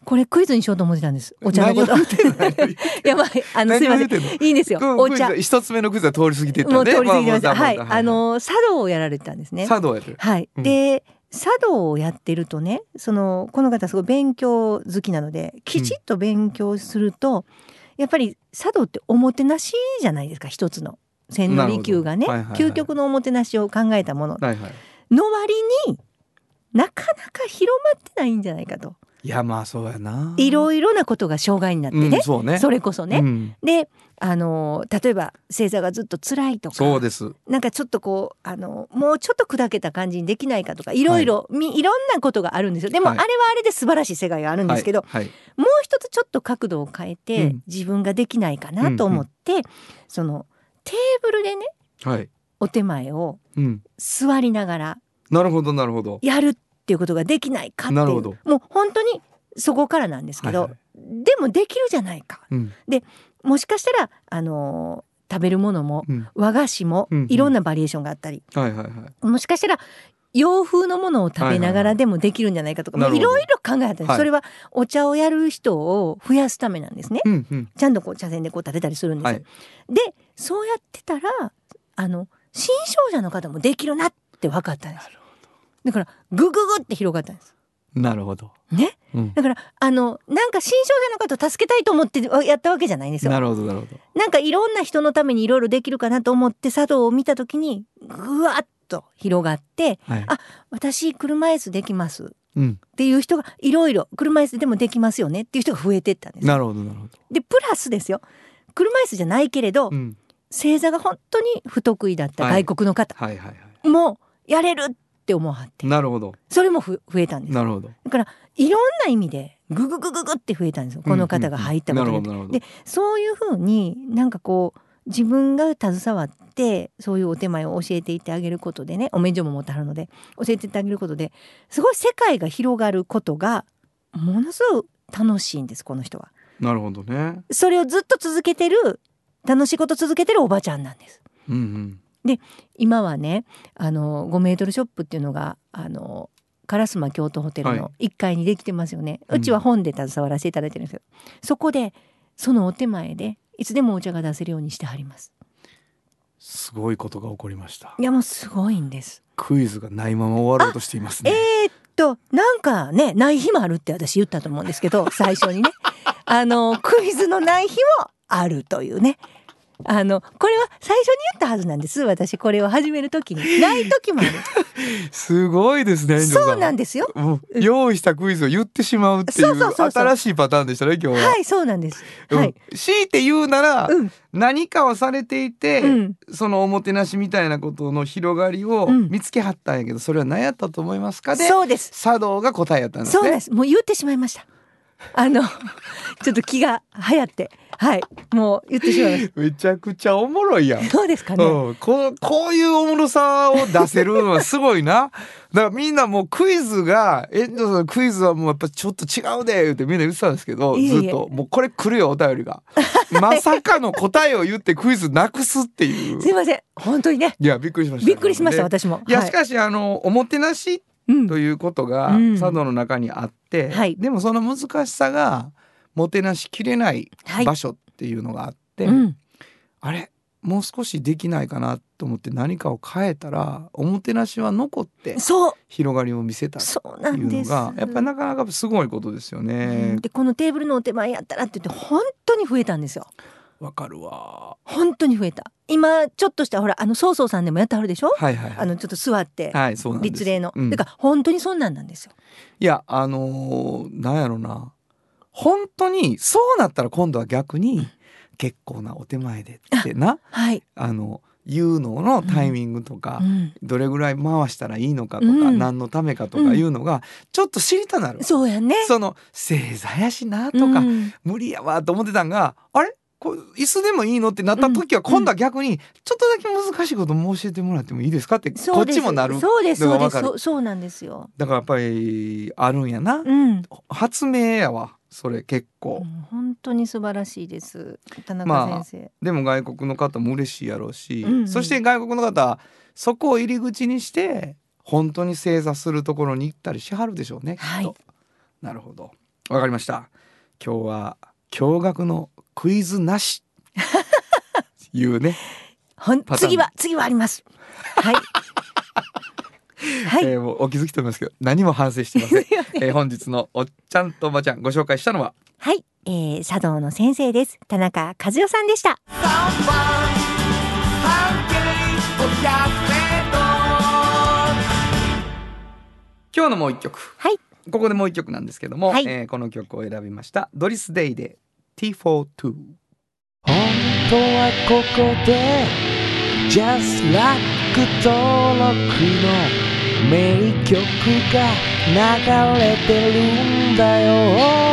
Speaker 3: これクイズにしようと思ってたんですお茶のこと。
Speaker 2: 何を言ってんの何を言ってんの
Speaker 3: やばいあのす
Speaker 2: 何
Speaker 3: い
Speaker 2: を言
Speaker 3: ませ
Speaker 2: っ
Speaker 3: ん
Speaker 2: てんの
Speaker 3: いいんですよ
Speaker 2: この
Speaker 3: お
Speaker 2: クイズ
Speaker 3: 茶
Speaker 2: は一つ目のクイズは通り過ぎてったね
Speaker 3: もう通り過ぎてました。
Speaker 2: あ
Speaker 3: はい、
Speaker 2: あ
Speaker 3: あの茶道をやられてたんですね。
Speaker 2: 茶道やってる
Speaker 3: はい、
Speaker 2: うん
Speaker 3: で茶道をやってるとねそのこの方すごい勉強好きなのできちっと勉強すると、やっぱり茶道っておもてなしじゃないですか一つの千
Speaker 2: なる
Speaker 3: 利
Speaker 2: ほど
Speaker 3: 休がね、
Speaker 2: はいはいはい
Speaker 3: 究極のおもてなしを考えたもの
Speaker 2: はいはい
Speaker 3: の割になかなか広まってないんじゃないかと
Speaker 2: いやまあそうやないい
Speaker 3: ろいろなことが障害になってね
Speaker 2: うん、、そうね
Speaker 3: それこそね。
Speaker 2: うん
Speaker 3: であの例えば正座がずっと辛いとか
Speaker 2: そうです
Speaker 3: なんかちょっとこうあのもうちょっと砕けた感じにできないかとかいろいろ、みいろんなことがあるんですよでも、
Speaker 2: はい
Speaker 3: あれはあれで素晴らしい世界があるんですけど、
Speaker 2: はいはい
Speaker 3: もう一つちょっと角度を変えて、
Speaker 2: うん
Speaker 3: 自分ができないかなと思って、そのテーブルでね
Speaker 2: はい
Speaker 3: お手前を
Speaker 2: うん
Speaker 3: 座りながら
Speaker 2: なるほどなるほど
Speaker 3: やるっていうことができないかっていう
Speaker 2: なるほど
Speaker 3: もう本当にそこからなんですけど、
Speaker 2: はいはい
Speaker 3: でもできるじゃないか
Speaker 2: うん
Speaker 3: もしかしたらあの食べるものも
Speaker 2: うん
Speaker 3: 和菓子も
Speaker 2: うんうん
Speaker 3: いろんなバリエーションがあったり、
Speaker 2: はいはいはい
Speaker 3: もしかしたら洋風のものを食べながらでもできるんじゃないかとか、
Speaker 2: はいはいはい
Speaker 3: まあいろいろ考えたんです、
Speaker 2: はい
Speaker 3: それはお茶をやる人を増やすためなんですね
Speaker 2: うんうん
Speaker 3: ちゃんとこう茶筅でこう立てたりするんですよ、
Speaker 2: はい
Speaker 3: でそうやってたらあの新商者の方もできるなって分かったんですだからグググって広がったんです
Speaker 2: なるほど
Speaker 3: ね
Speaker 2: うん
Speaker 3: だからあのなんか新商者の方を助けたいと思ってやったわけじゃないんですよ
Speaker 2: なるほどなるほど
Speaker 3: なんかいろんな人のためにいろいろできるかなと思って茶道を見た時にぐわっと広がって
Speaker 2: はい
Speaker 3: あ私車椅子できますっ
Speaker 2: うん
Speaker 3: ていう人がいろいろ車椅子でもできますよねっていう人が増えてったんです。
Speaker 2: なるほどなるほど
Speaker 3: でプラスですよ車椅子じゃないけれど、
Speaker 2: うん
Speaker 3: 正座が本当に不得意だった
Speaker 2: はい
Speaker 3: 外国の方
Speaker 2: はいはいは
Speaker 3: もやれるって思わはって
Speaker 2: いなるほど
Speaker 3: それもふ増えたんです。
Speaker 2: なるほど
Speaker 3: だからいろんな意味でグググググって増えたんですよこの方が入ったことによって
Speaker 2: うんうんうんなるほどなるほど
Speaker 3: でそういうふうになんかこう自分が携わってそういうお手前を教えていってあげることでねお免状も持ってはるので教えていってあげることですごい世界が広がることがものすごく楽しいんですこの人は。
Speaker 2: なるほどね
Speaker 3: それをずっと続けてる楽しいこと続けてるおばちゃんなんです。
Speaker 2: うんうん
Speaker 3: 今はねあの5メートルショップっていうのがあの烏丸京都ホテル
Speaker 2: は
Speaker 3: の1階にできてますよね、
Speaker 2: うん
Speaker 3: うちは本で携わらせていただいてるんですけど、そこでそのお手前でいつでもお茶が出せるようにしてはります
Speaker 2: すごいことが起こりました
Speaker 3: いやもうすごいんです
Speaker 2: クイズがないまま終わろうとしています
Speaker 3: え
Speaker 2: ね
Speaker 3: ーっとなんかねない日もあるって私言ったと思うんですけ ど最初にねあのクイズのない日もあるというねあのこれは最初に言ったはずなんです私これを始める時にない時もある
Speaker 2: すごいですね遠藤さ
Speaker 3: そうなんですよ
Speaker 2: もう用意したクイズを言ってしまうってい
Speaker 3: そうそう
Speaker 2: う
Speaker 3: そうそう
Speaker 2: 新しいパターンでしたね今日は。
Speaker 3: はいそうなんですは
Speaker 2: うん
Speaker 3: い、
Speaker 2: 強いて言うなら、
Speaker 3: うん
Speaker 2: 何かをされていて、
Speaker 3: うん
Speaker 2: そのおもてなしみたいなことの広がりを
Speaker 3: うん
Speaker 2: 見つけはったんやけどそれは何やったと思いますかで
Speaker 3: そうです
Speaker 2: 茶道が答えやったんですね。
Speaker 3: そうなんです。もう言ってしまいました。あの、 ちょっと気が流行って、はい、もう言ってしまいまし
Speaker 2: めちゃくちゃおもろいやん。
Speaker 3: た。どうですかね。
Speaker 2: うん、こうこういうおもろさを出せるのはすごいなだからみんなもうクイズが「遠藤さんのクイズはもうやっぱちょっと違うで」ってみんな言ってたんですけど
Speaker 3: いえいえ
Speaker 2: ずっと「もうこれ来るよお便りが」まさかの答えを言ってクイズなくすっていう
Speaker 3: すいません。本当にね、
Speaker 2: いやびっくりしました
Speaker 3: びっくりしました。
Speaker 2: で
Speaker 3: 私も。
Speaker 2: いや
Speaker 3: はい
Speaker 2: しかしあのおもてなし
Speaker 3: うん
Speaker 2: ということが
Speaker 3: うん
Speaker 2: 茶道の中にあって、
Speaker 3: はい
Speaker 2: でもその難しさがもてなしきれない
Speaker 3: はい
Speaker 2: 場所っていうのがあって、
Speaker 3: うん、
Speaker 2: あれもう少しできないかなと思って何かを変えたらおもてなしは残って
Speaker 3: そう、
Speaker 2: 広がりを見せたっ
Speaker 3: そう
Speaker 2: て
Speaker 3: ないん
Speaker 2: うの
Speaker 3: です。
Speaker 2: がやっぱりなかなかすごいことですよ
Speaker 3: う
Speaker 2: ね
Speaker 3: ん。でこのテーブルのお手前やったらって言って本当に増えたんですよ。
Speaker 2: わかるわ
Speaker 3: 本当に増えた今ちょっとしたほらあのソーソーさんでもやってはるでしょ、
Speaker 2: はいはいは
Speaker 3: あ
Speaker 2: い
Speaker 3: のちょっと座って
Speaker 2: はいそうなんです
Speaker 3: 立例の、
Speaker 2: うん
Speaker 3: だから本当にそんなんなんですよ
Speaker 2: いやあのーなんやろな本当にそうなったら今度は逆に結構なお手前でってな
Speaker 3: はい、
Speaker 2: あの言うののタイミングとか、
Speaker 3: うん
Speaker 2: どれぐらい回したらいいのかとか、
Speaker 3: うん
Speaker 2: 何のためかとかいうのがちょっと知りたなる、
Speaker 3: そうやね
Speaker 2: その正座やしなとか、
Speaker 3: うん
Speaker 2: 無理やわと思ってたんがあれこう椅子でもいいのってなった時は今度は逆にちょっとだけ難しいことも教えてもらってもいいですかってこ
Speaker 3: そ
Speaker 2: っ
Speaker 3: うです
Speaker 2: ちもなる
Speaker 3: そうですそう
Speaker 2: のが
Speaker 3: で
Speaker 2: わ
Speaker 3: す
Speaker 2: かる
Speaker 3: そうそうなんですよ
Speaker 2: だからやっぱりあるんやな、
Speaker 3: うん
Speaker 2: 発明やわそれ結構、
Speaker 3: うん本当に素晴らしいです田
Speaker 2: ま
Speaker 3: 中
Speaker 2: あ
Speaker 3: 先
Speaker 2: でも外国の方も嬉しいやろうし、
Speaker 3: うんうん
Speaker 2: そして外国の方そこを入り口にして本当に正座するところに行ったりしはるでしょうねきっと、
Speaker 3: はい
Speaker 2: なるほどわかりました今日は驚愕のクイズな しいうね、
Speaker 3: 生、ほん
Speaker 2: パターン
Speaker 3: 次は次はありますはい はい、
Speaker 2: えーもうお気づきと思いますけど何も反省して ません、
Speaker 3: すいません
Speaker 2: えー本日のおっちゃんとおばちゃんご紹介したのは
Speaker 3: はい、えー、茶道の先生です田中和代さんでした
Speaker 2: 今日のもう一曲
Speaker 3: はい
Speaker 2: ここでもう一曲なんですけども、
Speaker 3: はい
Speaker 2: えーこの曲を選びましたドリス・デイで T42
Speaker 4: 本当はここで Just Rock 登録の名曲が流れてるんだよ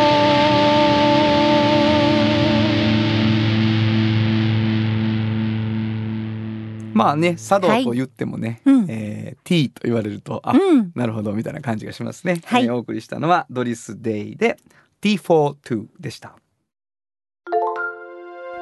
Speaker 2: まあね茶道
Speaker 3: はい
Speaker 2: と言ってもね、
Speaker 3: うん
Speaker 2: えー T と言われるとあ、
Speaker 3: うん
Speaker 2: なるほどみたいな感じがしますね、
Speaker 3: はい
Speaker 2: えーお送りしたのはドリス・デイで T42 でした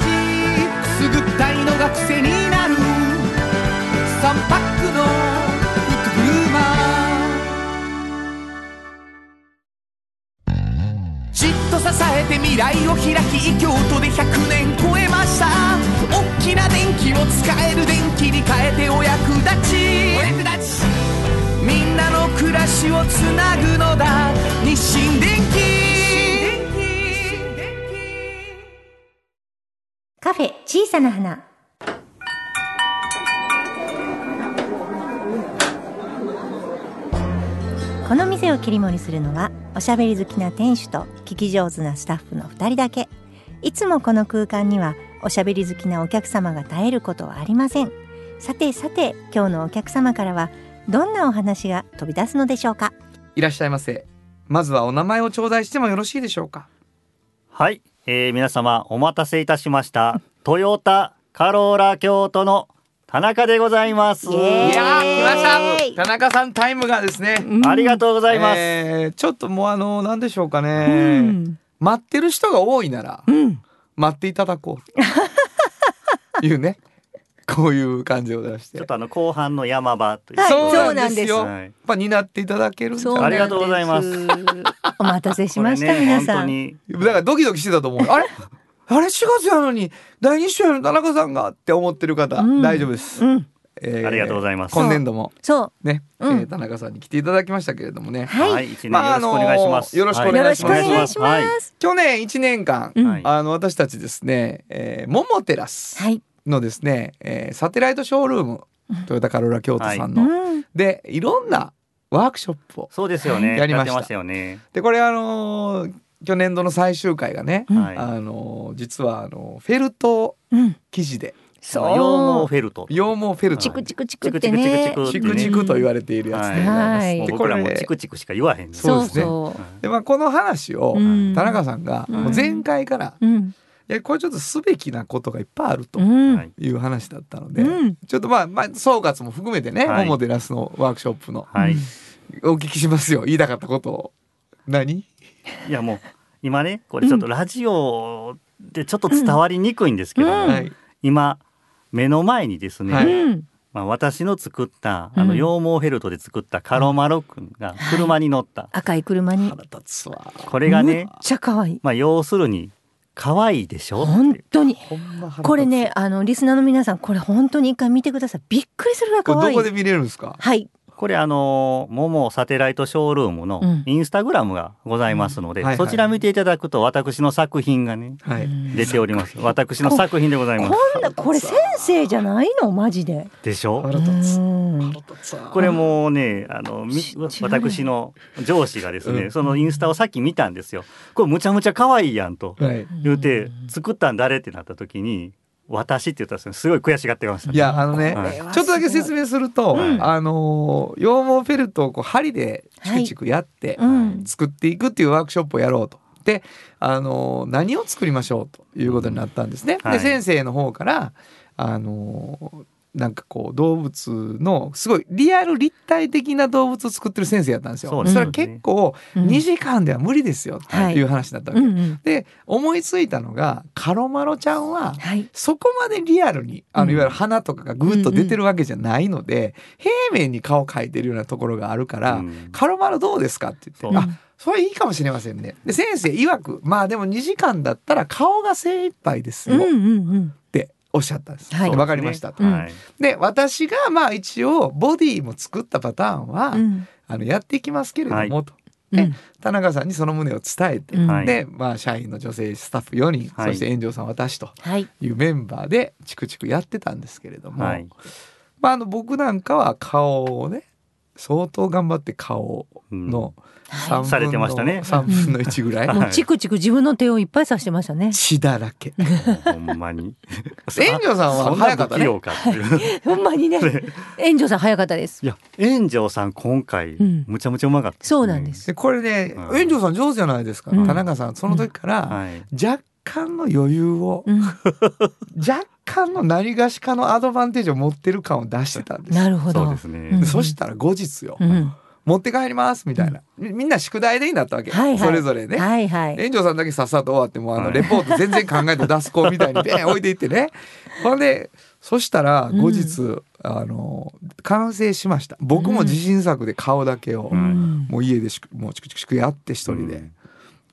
Speaker 4: ジくすぐったいのが癖になる3パックのフットグルーマーじっと支えて未来を開き京都で100年超えました大きな電気を使える電気に変えてお役立ちお役立ちみんなの暮らしをつなぐのだ日清電気
Speaker 3: カフェ小さな花この店を切り盛りするのはおしゃべり好きな店主と聞き上手なスタッフの2人だけいつもこの空間にはおしゃべり好きなお客様が絶えることはありませんさてさて今日のお客様からはどんなお話が飛び出すのでしょうか
Speaker 2: いらっしゃいませまずはお名前を頂戴してもよろしいでしょうか
Speaker 5: はい、えー皆様お待たせいたしました。トヨタカローラ京都の田中でございます。
Speaker 3: イエ
Speaker 2: いや
Speaker 3: えー
Speaker 2: ー来ました田中さんタイムがですね
Speaker 5: ありがとうございます。
Speaker 2: えーちょっともうあの何でしょうかね、
Speaker 3: うん
Speaker 2: 待ってる人が多いなら、
Speaker 3: ん
Speaker 2: 待っていただこう というねこういう感じでございまして
Speaker 5: ちょっとあの後半の山場という。
Speaker 3: はい
Speaker 2: そう
Speaker 3: そう
Speaker 2: な
Speaker 3: なんん
Speaker 2: で
Speaker 3: ですす
Speaker 2: よ、
Speaker 5: はい
Speaker 2: やっぱ担っていただけるんじゃ
Speaker 3: そう
Speaker 2: な
Speaker 5: あ
Speaker 2: い
Speaker 5: りがとうございます
Speaker 3: なんですお待たせしました、
Speaker 5: これね
Speaker 3: 皆さん
Speaker 5: 本当に
Speaker 2: だからドキドキしてたと思うあれ あれ4月やのに第2週やの田中さんがって思ってる方、
Speaker 3: うん
Speaker 2: 大丈夫です、
Speaker 3: うん
Speaker 2: えー
Speaker 5: ありがとうございます
Speaker 2: 今年度も
Speaker 3: そう
Speaker 2: ね、
Speaker 3: うん
Speaker 2: えー田中さんに来ていただきましたけれどもね、
Speaker 3: はい
Speaker 5: はい、一年よろしくお願いしま
Speaker 2: まああの
Speaker 5: す。
Speaker 2: ーよろしくお
Speaker 5: は
Speaker 3: よ
Speaker 2: 願
Speaker 3: ろ
Speaker 2: い
Speaker 3: し
Speaker 2: し
Speaker 3: くお
Speaker 2: ます
Speaker 3: 願いし
Speaker 5: はい
Speaker 3: ます。
Speaker 2: 去年1年間、
Speaker 3: うん
Speaker 5: はい
Speaker 2: あの私たちですね、えー、モモテラス
Speaker 3: はい。
Speaker 2: のですね、えーサテライトショールームトヨタカローラ京都さんの、
Speaker 3: うん。
Speaker 2: でいろんなワークショップを
Speaker 5: そうですよね。
Speaker 2: やりました
Speaker 5: ってましたよね。
Speaker 2: でこれあのー去年度の最終回がね、
Speaker 3: うん
Speaker 5: はい。
Speaker 2: あのー実はあのフェルト
Speaker 3: うん。
Speaker 2: 生地で
Speaker 5: その羊毛フェルト。
Speaker 2: 羊毛フェルト
Speaker 3: チ
Speaker 5: チ
Speaker 3: ク
Speaker 5: ク
Speaker 3: チクチク
Speaker 5: ク
Speaker 3: っ
Speaker 5: っててね
Speaker 3: ね
Speaker 5: チク。
Speaker 2: チクチクと言われているやつでございます。
Speaker 3: はい
Speaker 5: もう
Speaker 2: で
Speaker 5: 僕ら
Speaker 2: こ
Speaker 5: も
Speaker 2: れ
Speaker 5: チクチクしか言わへんね。
Speaker 2: そうで
Speaker 3: そう
Speaker 2: すね
Speaker 3: そ
Speaker 2: でまあこの話を
Speaker 3: うん
Speaker 2: 田中さんが
Speaker 5: うん
Speaker 2: もう前回から、
Speaker 3: う。うん。
Speaker 2: いやこれちょっとすべきなことがいっぱいあると
Speaker 3: う。ん。
Speaker 5: はい。
Speaker 2: いう話だったので、
Speaker 3: うん
Speaker 2: ちょっとまあまあ総括も含めてね、
Speaker 5: はい
Speaker 2: モモテラスのワークショップの
Speaker 5: はい。
Speaker 2: お聞きしますよ言いたかったことを何
Speaker 5: いやもう今ねこれちょっとラジオでちょっと伝わりにくいんですけども、
Speaker 3: うん
Speaker 2: はい
Speaker 5: 今目の前にですね、
Speaker 2: は
Speaker 3: う
Speaker 2: い
Speaker 3: ん。
Speaker 5: まあ、私の作った
Speaker 3: うん
Speaker 5: あの羊毛フェルトで作ったカロマロ君が車に乗った、
Speaker 3: 赤い車に。
Speaker 2: 腹立つわ
Speaker 5: これがね
Speaker 3: むっ、ちゃ可愛い。
Speaker 5: まあ、要するに可愛いでしょっ
Speaker 3: 本
Speaker 5: ていう
Speaker 3: 当に。
Speaker 2: ほんま腹立つ
Speaker 3: これね、あのリスナーの皆さん、これ本当に一回見てください。びっくりするぐらい
Speaker 2: これど
Speaker 3: 可愛い。
Speaker 2: こで見れるんですか
Speaker 3: はい。
Speaker 5: これあのモモサテライトショールームの
Speaker 3: うん
Speaker 5: インスタグラムがございますので、
Speaker 2: うんはいはい
Speaker 5: そちら見ていただくと私の作品がね
Speaker 2: はい
Speaker 5: 出ております私の作品でございます
Speaker 3: こんなこれ先生じゃないのマジで。
Speaker 5: でしょ
Speaker 2: 腹立つ
Speaker 3: うん
Speaker 2: 腹立つわ
Speaker 5: これもうねあのみ
Speaker 3: 知らない
Speaker 5: 私の上司がですね、
Speaker 2: うん
Speaker 5: そのインスタをさっき見たんですよこれむちゃむちゃ可愛いやんと
Speaker 2: はい
Speaker 5: 言うて作ったん誰ってなった時に私って言ったんですよすごい悔しがってました
Speaker 2: いやあのね
Speaker 5: これは
Speaker 3: すごい
Speaker 2: ちょっとだけ説明すると、
Speaker 5: うん
Speaker 2: あのー羊毛フェルトをこう針でチクチクやって
Speaker 3: うん。
Speaker 2: 作っていくっていうワークショップをやろうと。で、あのー何を作りましょうということになったんですね。
Speaker 5: はい
Speaker 2: で先生の方からあのーなんかこう動物のすごいリアル立体的な動物を作ってる先生やったんですよ。
Speaker 5: そ
Speaker 2: そう
Speaker 5: ですね
Speaker 2: れは結構
Speaker 3: うん
Speaker 2: 2時間では無理ですよっていう話だったわ
Speaker 3: う
Speaker 2: け。
Speaker 3: んうん。
Speaker 2: で思いついたのがカロマロちゃんは
Speaker 3: はい。
Speaker 2: そこまでリアルにあ
Speaker 3: う
Speaker 2: の
Speaker 3: ん
Speaker 2: いわゆる花とかがぐーっと出てるわけじゃないので、平面に顔を描いてるようなところがあるから「
Speaker 5: うん
Speaker 2: カロマロどうですか?」って言って「
Speaker 3: うん
Speaker 2: あそれいいかもしれませんね」で先生曰く「まあでも2時間だったら顔が精一杯です
Speaker 3: うん
Speaker 2: よ」っ
Speaker 3: うんうん。
Speaker 2: ておっしゃったんです。
Speaker 3: はい
Speaker 2: でわかりましたと。
Speaker 3: うん
Speaker 5: はい
Speaker 2: で私がまあ一応ボディも作ったパターンは、
Speaker 3: うん
Speaker 2: あのやっていきますけれど
Speaker 5: はい
Speaker 2: もと。
Speaker 3: うん
Speaker 2: ね田中さんにその旨を伝えて、
Speaker 3: うん
Speaker 5: はい
Speaker 2: で、まあ、社員の女性スタッフ4人、
Speaker 5: はい
Speaker 2: そして炎上さん私と
Speaker 3: はい。
Speaker 2: いうメンバーでチクチクやってたんですけれども、
Speaker 5: はい
Speaker 2: まあ、あの僕なんかは顔をね相当頑張って顔の3
Speaker 5: され
Speaker 2: 分
Speaker 5: てましたね
Speaker 2: の3分の1ぐら
Speaker 5: はい
Speaker 2: い
Speaker 3: もうチクチク自分の手をいっぱいさして ましたね。
Speaker 2: 血だらけ。
Speaker 5: ほんま に
Speaker 2: 炎上さんは
Speaker 5: そん
Speaker 2: 早
Speaker 5: な
Speaker 2: かっ
Speaker 5: 不
Speaker 2: た
Speaker 5: 器
Speaker 2: ね。
Speaker 5: 用かっていう
Speaker 3: ほんまにね。炎上さん早かったです
Speaker 5: い。や炎上さん今回
Speaker 3: うん
Speaker 5: むちゃむちゃうまかった、
Speaker 3: そうなんです。
Speaker 2: でこれね
Speaker 5: うん
Speaker 2: 炎上さん上手じゃないですか、
Speaker 3: うん
Speaker 2: 田中さんその時から
Speaker 5: はい
Speaker 2: 若干の余裕を、
Speaker 3: うん。
Speaker 2: 若干の何がしかのアドバンテージを持ってる感を出してたんですよ
Speaker 3: なるほ
Speaker 5: そう
Speaker 3: ど
Speaker 5: で。すね、
Speaker 3: うん
Speaker 2: でそしたら後日よ、
Speaker 3: うん。
Speaker 2: 持って帰りますみたいな、みみんな宿題でになったわけ、
Speaker 3: はいはい
Speaker 2: それぞれね。
Speaker 3: はいはい。
Speaker 2: 園長さんだけさっさと終わってもうあ
Speaker 5: は
Speaker 2: の
Speaker 5: い
Speaker 2: レポート全然考えて出す子みたいにベン置いていってねほんでそしたら後日、あの完成しました僕も自信作で顔だけを、
Speaker 5: うん
Speaker 2: もう家でしくもうチクチクチクやって一人
Speaker 5: う
Speaker 2: で
Speaker 5: ん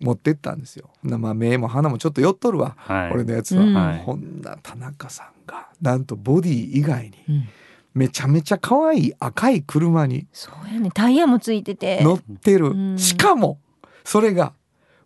Speaker 2: 持ってったんですよ、ほんなまあ目も鼻もちょっと酔っとるわ、
Speaker 5: はい
Speaker 2: 俺のやつは、
Speaker 3: うん
Speaker 5: はい
Speaker 2: ほんな田中さんがなんとボディ以外に
Speaker 3: うん
Speaker 2: めちゃめちゃ可愛い赤い車に
Speaker 3: そうやね。タイヤもついてて。
Speaker 2: 乗ってる、
Speaker 3: うん
Speaker 2: しかもそれが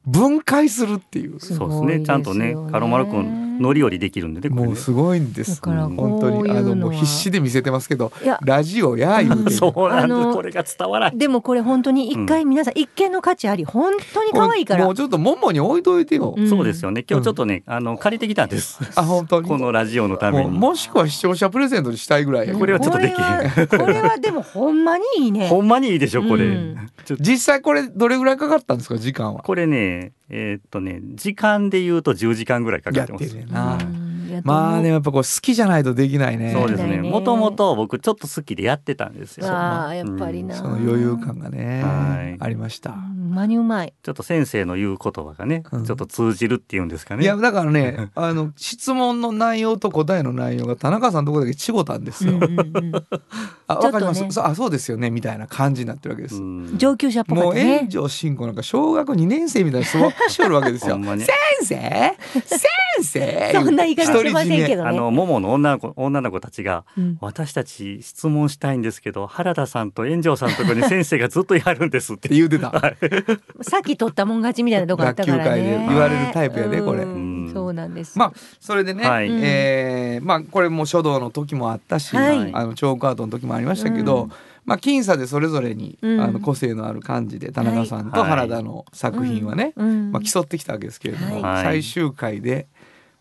Speaker 2: 分解するっていう
Speaker 5: そうです
Speaker 3: ごい
Speaker 5: ねちゃんと
Speaker 3: で
Speaker 5: ね
Speaker 3: すよ
Speaker 5: カロマル君乗り降りできるんでねこれ
Speaker 2: も
Speaker 5: ね
Speaker 2: うすごいんで
Speaker 3: だ
Speaker 2: す
Speaker 3: からこういうの
Speaker 2: 本当にあのもう必死で
Speaker 3: で。
Speaker 2: 見せてますけど
Speaker 3: いや
Speaker 2: ラジオや言うて
Speaker 5: そうなん
Speaker 3: あ
Speaker 5: で
Speaker 3: の
Speaker 5: すこれが伝わらない
Speaker 3: でもこれ本当に一回皆さん一見の価値あり本当に可愛いか
Speaker 2: も
Speaker 3: ら
Speaker 2: う。ちょっとももに置いといてよ、
Speaker 3: うん
Speaker 5: そうですよね今日ちょっとね、あの借りてきたんです
Speaker 2: あ本当に
Speaker 5: このラジオのため
Speaker 2: もう
Speaker 5: に
Speaker 2: もしくは視聴者プレゼントにしたいぐらいやけど
Speaker 5: これはちょっとできへん
Speaker 3: これはこれはでもほんまにいいね。
Speaker 5: ほんまにいいでしょこれ、
Speaker 3: うん
Speaker 5: ちょ
Speaker 2: 実際これどれぐらいかかったんですか時間は
Speaker 5: これねえーっとね時間で言うと10時間ぐらいかか
Speaker 2: や
Speaker 5: っ
Speaker 2: ってて
Speaker 5: ます
Speaker 2: るよな、
Speaker 3: うんやと思う
Speaker 2: まあねやっぱこう好きじゃないとできないね
Speaker 5: そうですね
Speaker 3: ね
Speaker 5: もともと僕ちょっと好きでやってたんですよ
Speaker 3: わあやっぱりな。
Speaker 2: その余裕感がね
Speaker 5: はい
Speaker 2: ありました、
Speaker 3: ほんまにうまい。
Speaker 5: ちょっと先生の言う言葉がね、
Speaker 2: うん
Speaker 5: ちょっと通じるっていうんですかね。
Speaker 2: いやだから ねあの質問の内容と答えの内容が田中さんのとこだけ違ったんです
Speaker 3: う
Speaker 2: よ。
Speaker 3: んうん
Speaker 2: あわかりま
Speaker 3: ちょっ
Speaker 2: す、
Speaker 3: とね
Speaker 2: そうあそうですよねみたいな感じになってるわけです。
Speaker 3: うん
Speaker 5: ん
Speaker 3: 上級者っぽか
Speaker 2: も
Speaker 3: っ
Speaker 2: う
Speaker 3: たね
Speaker 2: 炎。上進行なんか小学2年生みたいな人ばっかりしておるわけ ですよ。
Speaker 5: ほんまに
Speaker 2: 先生先生
Speaker 3: そんな言い方してませんけ
Speaker 2: ど。
Speaker 3: ど
Speaker 5: あ
Speaker 3: ね。
Speaker 5: のモモの女の子女の子たちが
Speaker 3: うん
Speaker 5: 私たち質問したいんですけど原田さんと炎上さんのとこに先生がずっとやるんですっ
Speaker 2: ってて 言うてた。
Speaker 3: さっき取ったもん勝ちみたいなとこあったからね。
Speaker 2: 学級会で言われるタイプやね
Speaker 3: うん
Speaker 2: これ
Speaker 5: うん
Speaker 3: そうなんです。
Speaker 2: まあそれでね、
Speaker 5: はい
Speaker 2: えーまあこれも書道の時もあったし、
Speaker 3: はい
Speaker 2: あのチョークアートの時もありましたけど、
Speaker 3: うん
Speaker 2: まあ僅差でそれぞれに、
Speaker 3: うん
Speaker 2: あの個性のある感じで田中さんと
Speaker 5: はい
Speaker 2: 原田の作品はね、
Speaker 3: うん
Speaker 2: まあ、競ってきたわけですけれども、
Speaker 5: はい
Speaker 2: 最終回で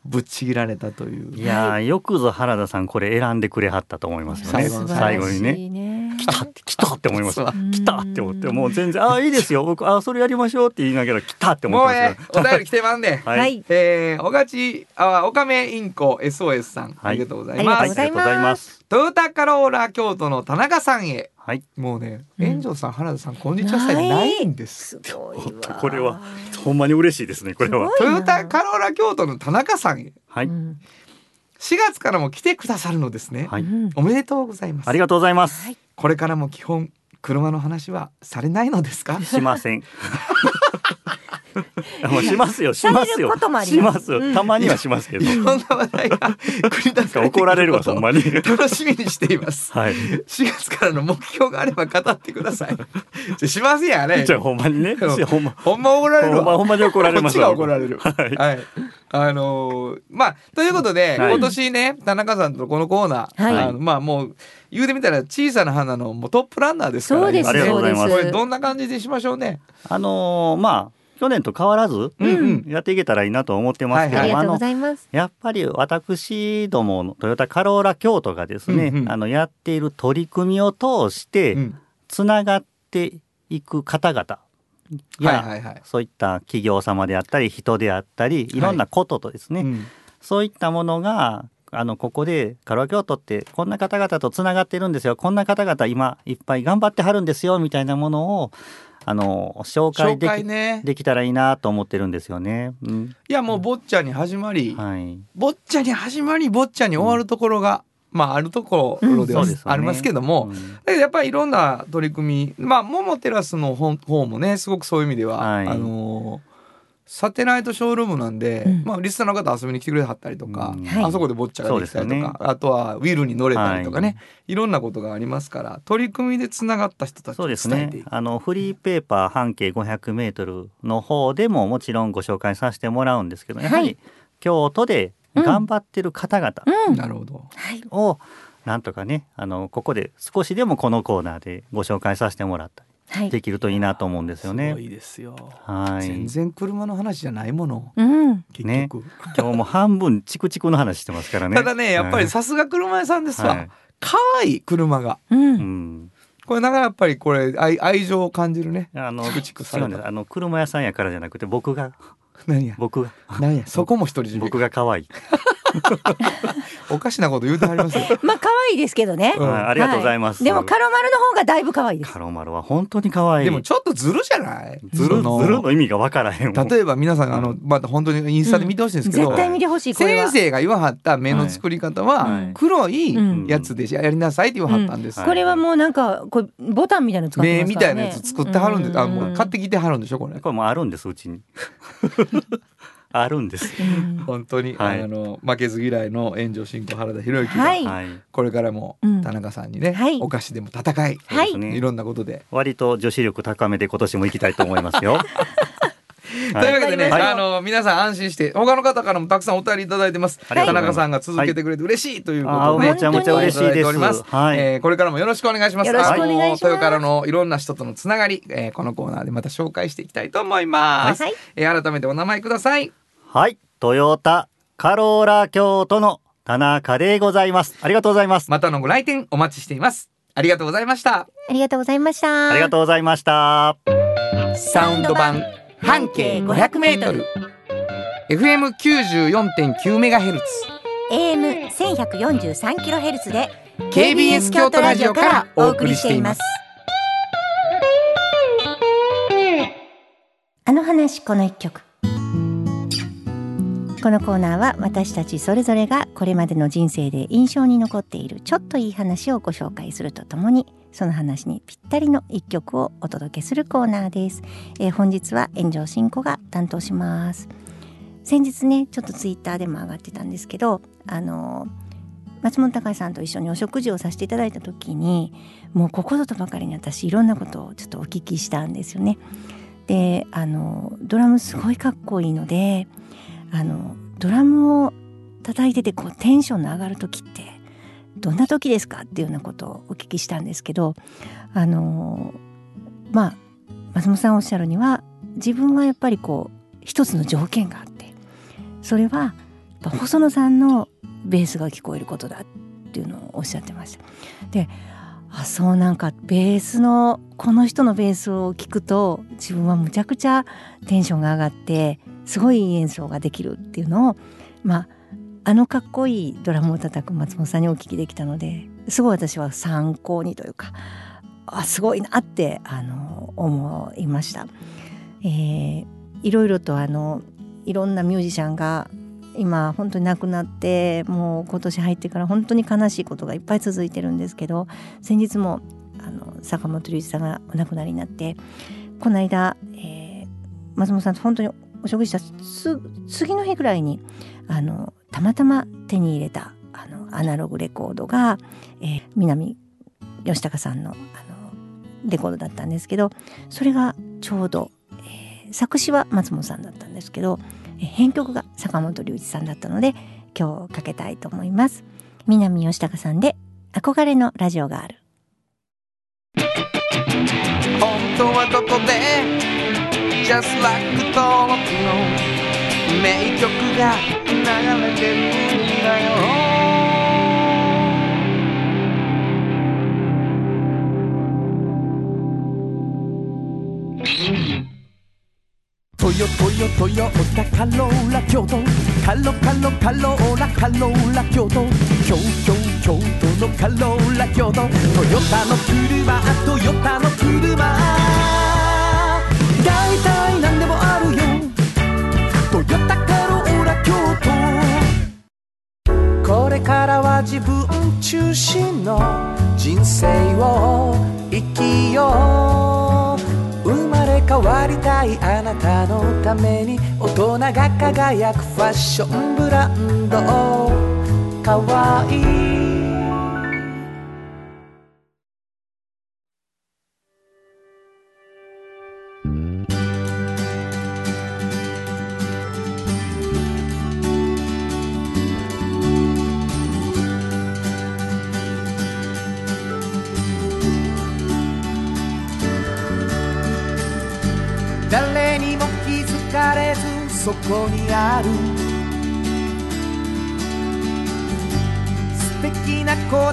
Speaker 2: ぶっちぎられたという
Speaker 5: いやーよくぞ原田さんこれ選んでくれはったと思いますよね
Speaker 2: 最後の
Speaker 5: 最後にね。
Speaker 3: ね。
Speaker 5: 来たって来たって思います
Speaker 2: そう
Speaker 3: うん
Speaker 5: 来たって思ってもう全然あーいいですよ僕あーそれやりましょうって言いながら来たって思っ
Speaker 2: も
Speaker 5: て
Speaker 2: う
Speaker 5: ますよ
Speaker 2: ええお便り来てまんね
Speaker 5: はい
Speaker 3: はい。
Speaker 2: えー、おがちあおかめインコ SOS さん、ありがとうござい
Speaker 3: あ
Speaker 2: ま
Speaker 5: はいあ
Speaker 3: り
Speaker 5: り
Speaker 2: す
Speaker 3: がとう
Speaker 5: がとう
Speaker 3: ござ
Speaker 5: ござ
Speaker 3: い
Speaker 5: い
Speaker 3: ま
Speaker 5: ます
Speaker 2: トヨタカローラ京都の田中さんへ
Speaker 5: はい
Speaker 2: もうね
Speaker 3: うん
Speaker 2: 炎上さん、原田さんこんにちはさえないんです
Speaker 3: すごい
Speaker 5: おっと
Speaker 3: わ。
Speaker 5: これはほんまに嬉しいですねこれは
Speaker 3: す
Speaker 2: ト
Speaker 3: ごいな
Speaker 2: ヨタカローラ京都の田中さんへ
Speaker 5: は
Speaker 3: う
Speaker 5: い
Speaker 3: ん
Speaker 2: 4月からも来てくださるのですね、
Speaker 5: はい
Speaker 3: うん
Speaker 2: おめでとうございます
Speaker 5: ありがとうございます。
Speaker 2: これからも基本車の話はされないのですか
Speaker 5: し ません。もうしますよ、します
Speaker 3: さ
Speaker 5: よ。
Speaker 3: れることもあり
Speaker 5: し
Speaker 3: ま
Speaker 5: ますすよ。たまにはしますけど。
Speaker 2: いろんな話題が 繰り出されてくること
Speaker 5: 怒られるわ、ほんまに。
Speaker 2: 楽しみにしています
Speaker 5: はい。
Speaker 2: 4月からの目標があれば語ってください じゃしませんやね
Speaker 5: じゃあ、ほんまにね。
Speaker 2: うん
Speaker 5: ほんま。
Speaker 2: ほんま怒られる
Speaker 5: ほんま、
Speaker 2: わ
Speaker 5: ほんまに怒られ
Speaker 2: こ
Speaker 5: ま
Speaker 2: っ
Speaker 5: す
Speaker 2: ち
Speaker 5: わ。
Speaker 2: が怒られる
Speaker 5: はい。
Speaker 2: はいあのーまあということで、
Speaker 5: はい
Speaker 2: 今年ね田中さんとこのコーナー、
Speaker 3: はい
Speaker 2: あのまあもう言うてみたら小さな花のもうトップランナーですから
Speaker 3: そうです
Speaker 5: ありがとうございます
Speaker 2: これどんな感じでしましょうね
Speaker 5: あのー、まあ、去年と変わらず、
Speaker 2: うんうん
Speaker 5: やっていけたらいいなと思ってますけど、
Speaker 3: あ
Speaker 2: は
Speaker 3: り
Speaker 5: あ
Speaker 3: がとうご
Speaker 5: の、
Speaker 3: ざいます。
Speaker 5: やっぱり私どものトヨタカローラ京都がですね、
Speaker 2: うんうん
Speaker 5: あのやっている取り組みを通して、
Speaker 2: うん
Speaker 5: つながっていく方々や、
Speaker 2: はいはいはい
Speaker 5: そういった企業様であったり人であったりいろんなこととですね、
Speaker 2: うん
Speaker 5: そういったものがあのここでカロア京都ってこんな方々とつながってるんですよこんな方々今いっぱい頑張ってはるんですよみたいなものをあの紹介
Speaker 2: 紹
Speaker 5: でき
Speaker 2: 介ね
Speaker 5: できたらいいなと思ってるんですよね。うん
Speaker 2: いやもう坊ちゃんに始まり、
Speaker 5: はい、
Speaker 2: 坊ちゃんに始まり坊ちゃんに終わるところが、まああるところでは
Speaker 5: うんそうですよね
Speaker 2: ありますけども、
Speaker 5: うん
Speaker 2: だけどやっぱりいろんな取り組みまあモモテラスの方方もねすごくそういう意味では、
Speaker 5: はい
Speaker 2: あのーサテライトショールームなんで、
Speaker 3: うん
Speaker 2: まあ、リスナーの方遊びに来てくれはったりとか、
Speaker 5: うん
Speaker 3: はい
Speaker 2: あそこでボッチャができたりとか、
Speaker 5: そうですよね
Speaker 2: あとはウィルに乗れたりとかね、、
Speaker 5: はい
Speaker 2: ろんなことがありますから取り組みでつながった人たち
Speaker 5: そう
Speaker 2: に
Speaker 5: です
Speaker 2: 伝え
Speaker 5: ね
Speaker 2: ていく。
Speaker 5: あのフリーペーパー半径500メートルの方でももちろんご紹介させてもらうんですけど、やは
Speaker 3: はい
Speaker 5: り京都で頑張ってる方々
Speaker 3: うん。
Speaker 2: なるほど
Speaker 3: はい。
Speaker 5: をなんとかねあのここで少しでもこのコーナーでご紹介させてもらった
Speaker 3: は
Speaker 5: り
Speaker 3: い。
Speaker 5: できるといいなと思うんですよ
Speaker 2: す
Speaker 5: ね
Speaker 2: ご。いですよ、
Speaker 5: はい、
Speaker 2: 全
Speaker 5: 今
Speaker 2: 然車の話じゃないもの
Speaker 3: うん。
Speaker 2: 結
Speaker 5: ね
Speaker 2: 局、
Speaker 5: 日もう半分チクチクの話してますから ね。
Speaker 2: ただねやっぱりさすが車屋さんですわ、
Speaker 5: はい
Speaker 2: 可愛い車が
Speaker 3: う。
Speaker 5: うんん、
Speaker 2: これだからやっぱりこれ愛愛情を感じる ね
Speaker 5: あの
Speaker 2: チクチクされた
Speaker 5: 違うんですあの車屋さんやからじゃなくて僕が
Speaker 2: 何や
Speaker 5: 僕が
Speaker 2: 何やそこも一人占め
Speaker 5: 僕が可愛い。
Speaker 2: おかしなこと言う てはりますよ
Speaker 3: まあ可愛いですけどね。
Speaker 2: うん
Speaker 5: はいありがとうございます。
Speaker 3: でもカロマルの方がだいぶ可愛いです。
Speaker 5: カロマルは本当に可愛い。
Speaker 2: でもちょっとずるじゃない
Speaker 5: ずるずる
Speaker 2: そ
Speaker 5: の意味がわからへんもん。
Speaker 2: 例えば皆さんがあのまた本当にインスタで見てほしいんですけど、
Speaker 3: 絶対見てほしいこれは
Speaker 2: 先。生が言わはった目の作り方
Speaker 5: はいは
Speaker 2: はい黒い
Speaker 3: うん
Speaker 2: やつでやりなさいって言わはったんです、
Speaker 5: うん
Speaker 3: これはもうなんかこうボタンみたいなの使って
Speaker 2: 目
Speaker 3: ます
Speaker 2: み
Speaker 3: か
Speaker 2: た
Speaker 3: ら
Speaker 2: いな
Speaker 3: ね。
Speaker 2: やつ作ってはるんですあもう買ってきてはるんでしょこれ
Speaker 5: これもうあるんですうちに。 あるんです。
Speaker 3: うん
Speaker 2: 本当に、
Speaker 5: はい
Speaker 2: あの負けず嫌いの炎上進行原田博之が、
Speaker 3: はい
Speaker 5: はい。
Speaker 2: これからも
Speaker 3: うん
Speaker 2: 田中さんにね、
Speaker 3: はい
Speaker 2: お菓子でも戦い、
Speaker 3: はい
Speaker 5: そうですね
Speaker 2: いろんなことで
Speaker 5: 割と女子力高めで今年も行きたいと思います よ。
Speaker 2: というわけでね、
Speaker 5: はい
Speaker 2: あの皆さん安心して他の方からもたくさんお便りいただいてます。
Speaker 5: ありがと
Speaker 2: 田
Speaker 5: うございます
Speaker 2: 中さんが続けてくれて嬉しいというこ
Speaker 5: あ
Speaker 2: とで、
Speaker 5: ーめちゃめちゃ嬉しい
Speaker 2: ただ
Speaker 5: で
Speaker 2: てお
Speaker 5: す。
Speaker 2: ります
Speaker 5: はい。
Speaker 2: えーこれからもよろしくお願いします。
Speaker 3: よろしくお願いします
Speaker 2: あの豊からのいろんな人とのつながり、えーこのコーナーでまた紹介していきたいと思います。
Speaker 3: はい
Speaker 2: えー改めてお名前ください。
Speaker 5: はい。トヨタカローラ京都の田中でございます。ありがとうございます。
Speaker 2: またのご来店お待ちしています。ありがとうございました。
Speaker 3: ありがとうございました。
Speaker 5: ありがとうございました。
Speaker 2: サウンド版半径500メートル。FM 94.9メガヘルツ。
Speaker 3: AM 千百四十三キロヘルツで
Speaker 2: KBS 京都ラジオからお送りしています。
Speaker 3: あの話この一曲。このコーナーは私たちそれぞれがこれまでの人生で印象に残っているちょっといい話をご紹介するとともにその話にぴったりの一曲をお届けするコーナーです、えー本日は炎上進行が担当します先日ねちょっとツイッターでも上がってたんですけどあのー松本隆さんと一緒にお食事をさせていただいた時にもうここぞとばかりに私いろんなことをちょっとお聞きしたんですよね。であのドラムすごいかっこいいのであのドラムを叩いててこうテンションの上がる時ってどんな時ですかっていうようなことをお聞きしたんですけどあのまあ松本さんおっしゃるには自分はやっぱりこう一つの条件があってそれはやっぱ細野さんのベースが聞こえることだっていうのをおっしゃってました。であそうなんかベースのこの人のベースを聞くと自分はむちゃくちゃテンションが上がってすごいいい演奏ができるっていうのをまああのかっこいいドラムを叩く松本さんにお聞きできたのですごい私は参考にというかあすごいなってあの思いました。えーいろいろとあのいろんなミュージシャンが今本当に亡くなってもう今年入ってから本当に悲しいことがいっぱい続いてるんですけど先日もあの坂本龍一さんがお亡くなりになってこの間、えー松本さんと本当にお食事したす次の日ぐらいにあのたまたま手に入れたあのアナログレコードが、えー南吉高さんのあのレコードだったんですけどそれがちょうど、えー作詞は松本さんだったんですけど、えー編曲が坂本龍一さんだったので今日かけたいと思います。南吉高さんで憧れのラジオがある
Speaker 4: 本当はどこで Just like 登録の名曲が流れてるんだよトヨトヨトヨタカローラ京都カロカロカローラカローラ京都京京京都のカローラ京都トヨタの車トヨタの車大体何でもあるよトヨタカローラ京都これからは自分中心の人生を生きよう生まれ変わりたいあなたのために大人が輝くファッションブランドかわいい誰にも気づかれずそこにある素敵なこ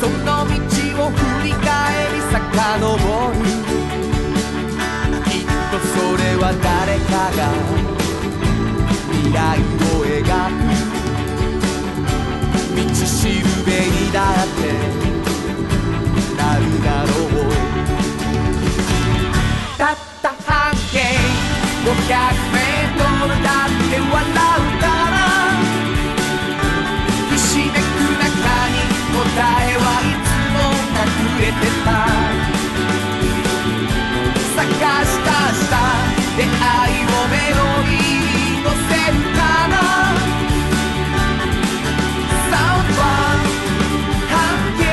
Speaker 4: その道を振り返り遡るきっとそれは誰かが未来を描く道しるべにだってなるだろうたった半径500メートルだって笑うからひしめく中に答えはいつも隠れてた探したした出会いをメロディーに乗せるからサウンドは半径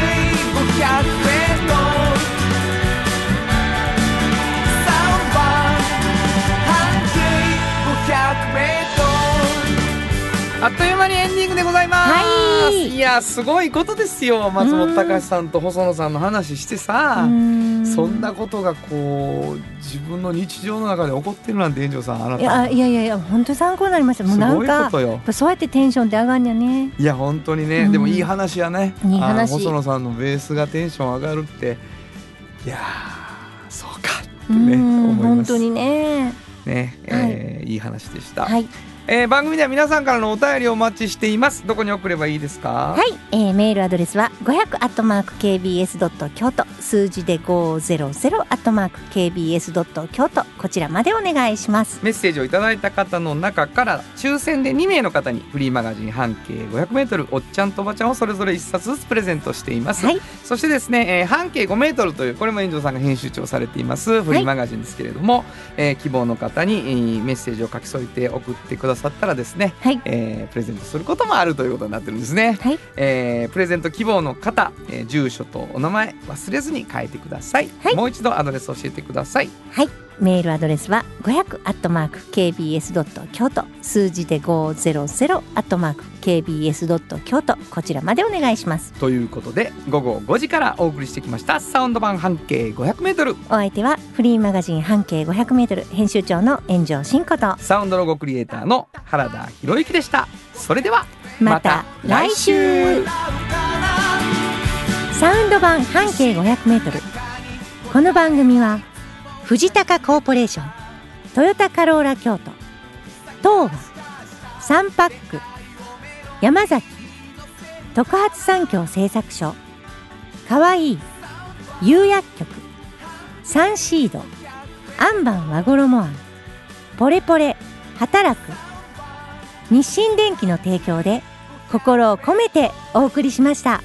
Speaker 4: 500メートルサウンド版半径500メートル
Speaker 2: あっという間にエンディングでございます、
Speaker 3: はい
Speaker 2: やすごいことですよ松本隆さんと細野さんの話してさそ
Speaker 3: そ
Speaker 2: んなことがこう自分の日常の中で起こってるなんて炎上さんあない
Speaker 3: や
Speaker 2: た
Speaker 3: いやいやいや本当に参考になりましたもう
Speaker 2: す
Speaker 3: なん
Speaker 2: ごいこ
Speaker 3: か
Speaker 2: とよ
Speaker 3: やっぱそうやってテンションって上がるんやね
Speaker 2: いや本当にね、
Speaker 3: うん
Speaker 2: でもいい話やね
Speaker 3: いい
Speaker 2: あの
Speaker 3: 話
Speaker 2: 細野さんのベースがテンション上がるっていやーそうかってね
Speaker 3: うん
Speaker 2: 思いま
Speaker 3: 本
Speaker 2: す
Speaker 3: 当にね
Speaker 2: ね、えーい、い話でした、
Speaker 3: はい
Speaker 2: えー番組では皆さんからのお便りをお待ちしていますどこに送ればいいですか
Speaker 3: はい、えーメールアドレスは500アットマーク kbs ドット京都数字で500アットマーク kbs ドット京都こちらまでお願いします。
Speaker 2: メッセージをいただいた方の中から抽選で2名の方にフリーマガジン半径 500m おっちゃんとおばちゃんをそれぞれ1冊ずつプレゼントしています、
Speaker 3: はい
Speaker 2: そしてですね、えー半径 5m というこれも遠藤さんが編集長されていますフリーマガジンですけれども、えー希望の方に、えーメッセージを書き添えて送ってくださったらですね、
Speaker 3: はい
Speaker 2: えープレゼントすることもあるということになってるんですね、
Speaker 3: はい
Speaker 2: えープレゼント希望の方、えー住所とお名前忘れずに書いてください、
Speaker 3: はい
Speaker 2: もう一度アドレス教えてください
Speaker 3: はい、メールアドレスは500アットマーク kbs ドット京都数字で500アットマーク kbs ドット京都こちらまでお願いします。
Speaker 2: ということで午後5時からお送りしてきましたサウンド版半径 500m
Speaker 3: お相手はフリーマガジン半径500メートル編集長の炎上真子と
Speaker 2: サウンドロゴクリエイターの原田博之でしたそれでは
Speaker 3: また来週サウンド版半径 500m この番組は藤高コーポレーショントヨタカローラ京都東和サンパック山崎特発産業製作所かわいい釉薬局サンシードアンバン和衣庵ポレポレ働く日清電機の提供で心を込めてお送りしました。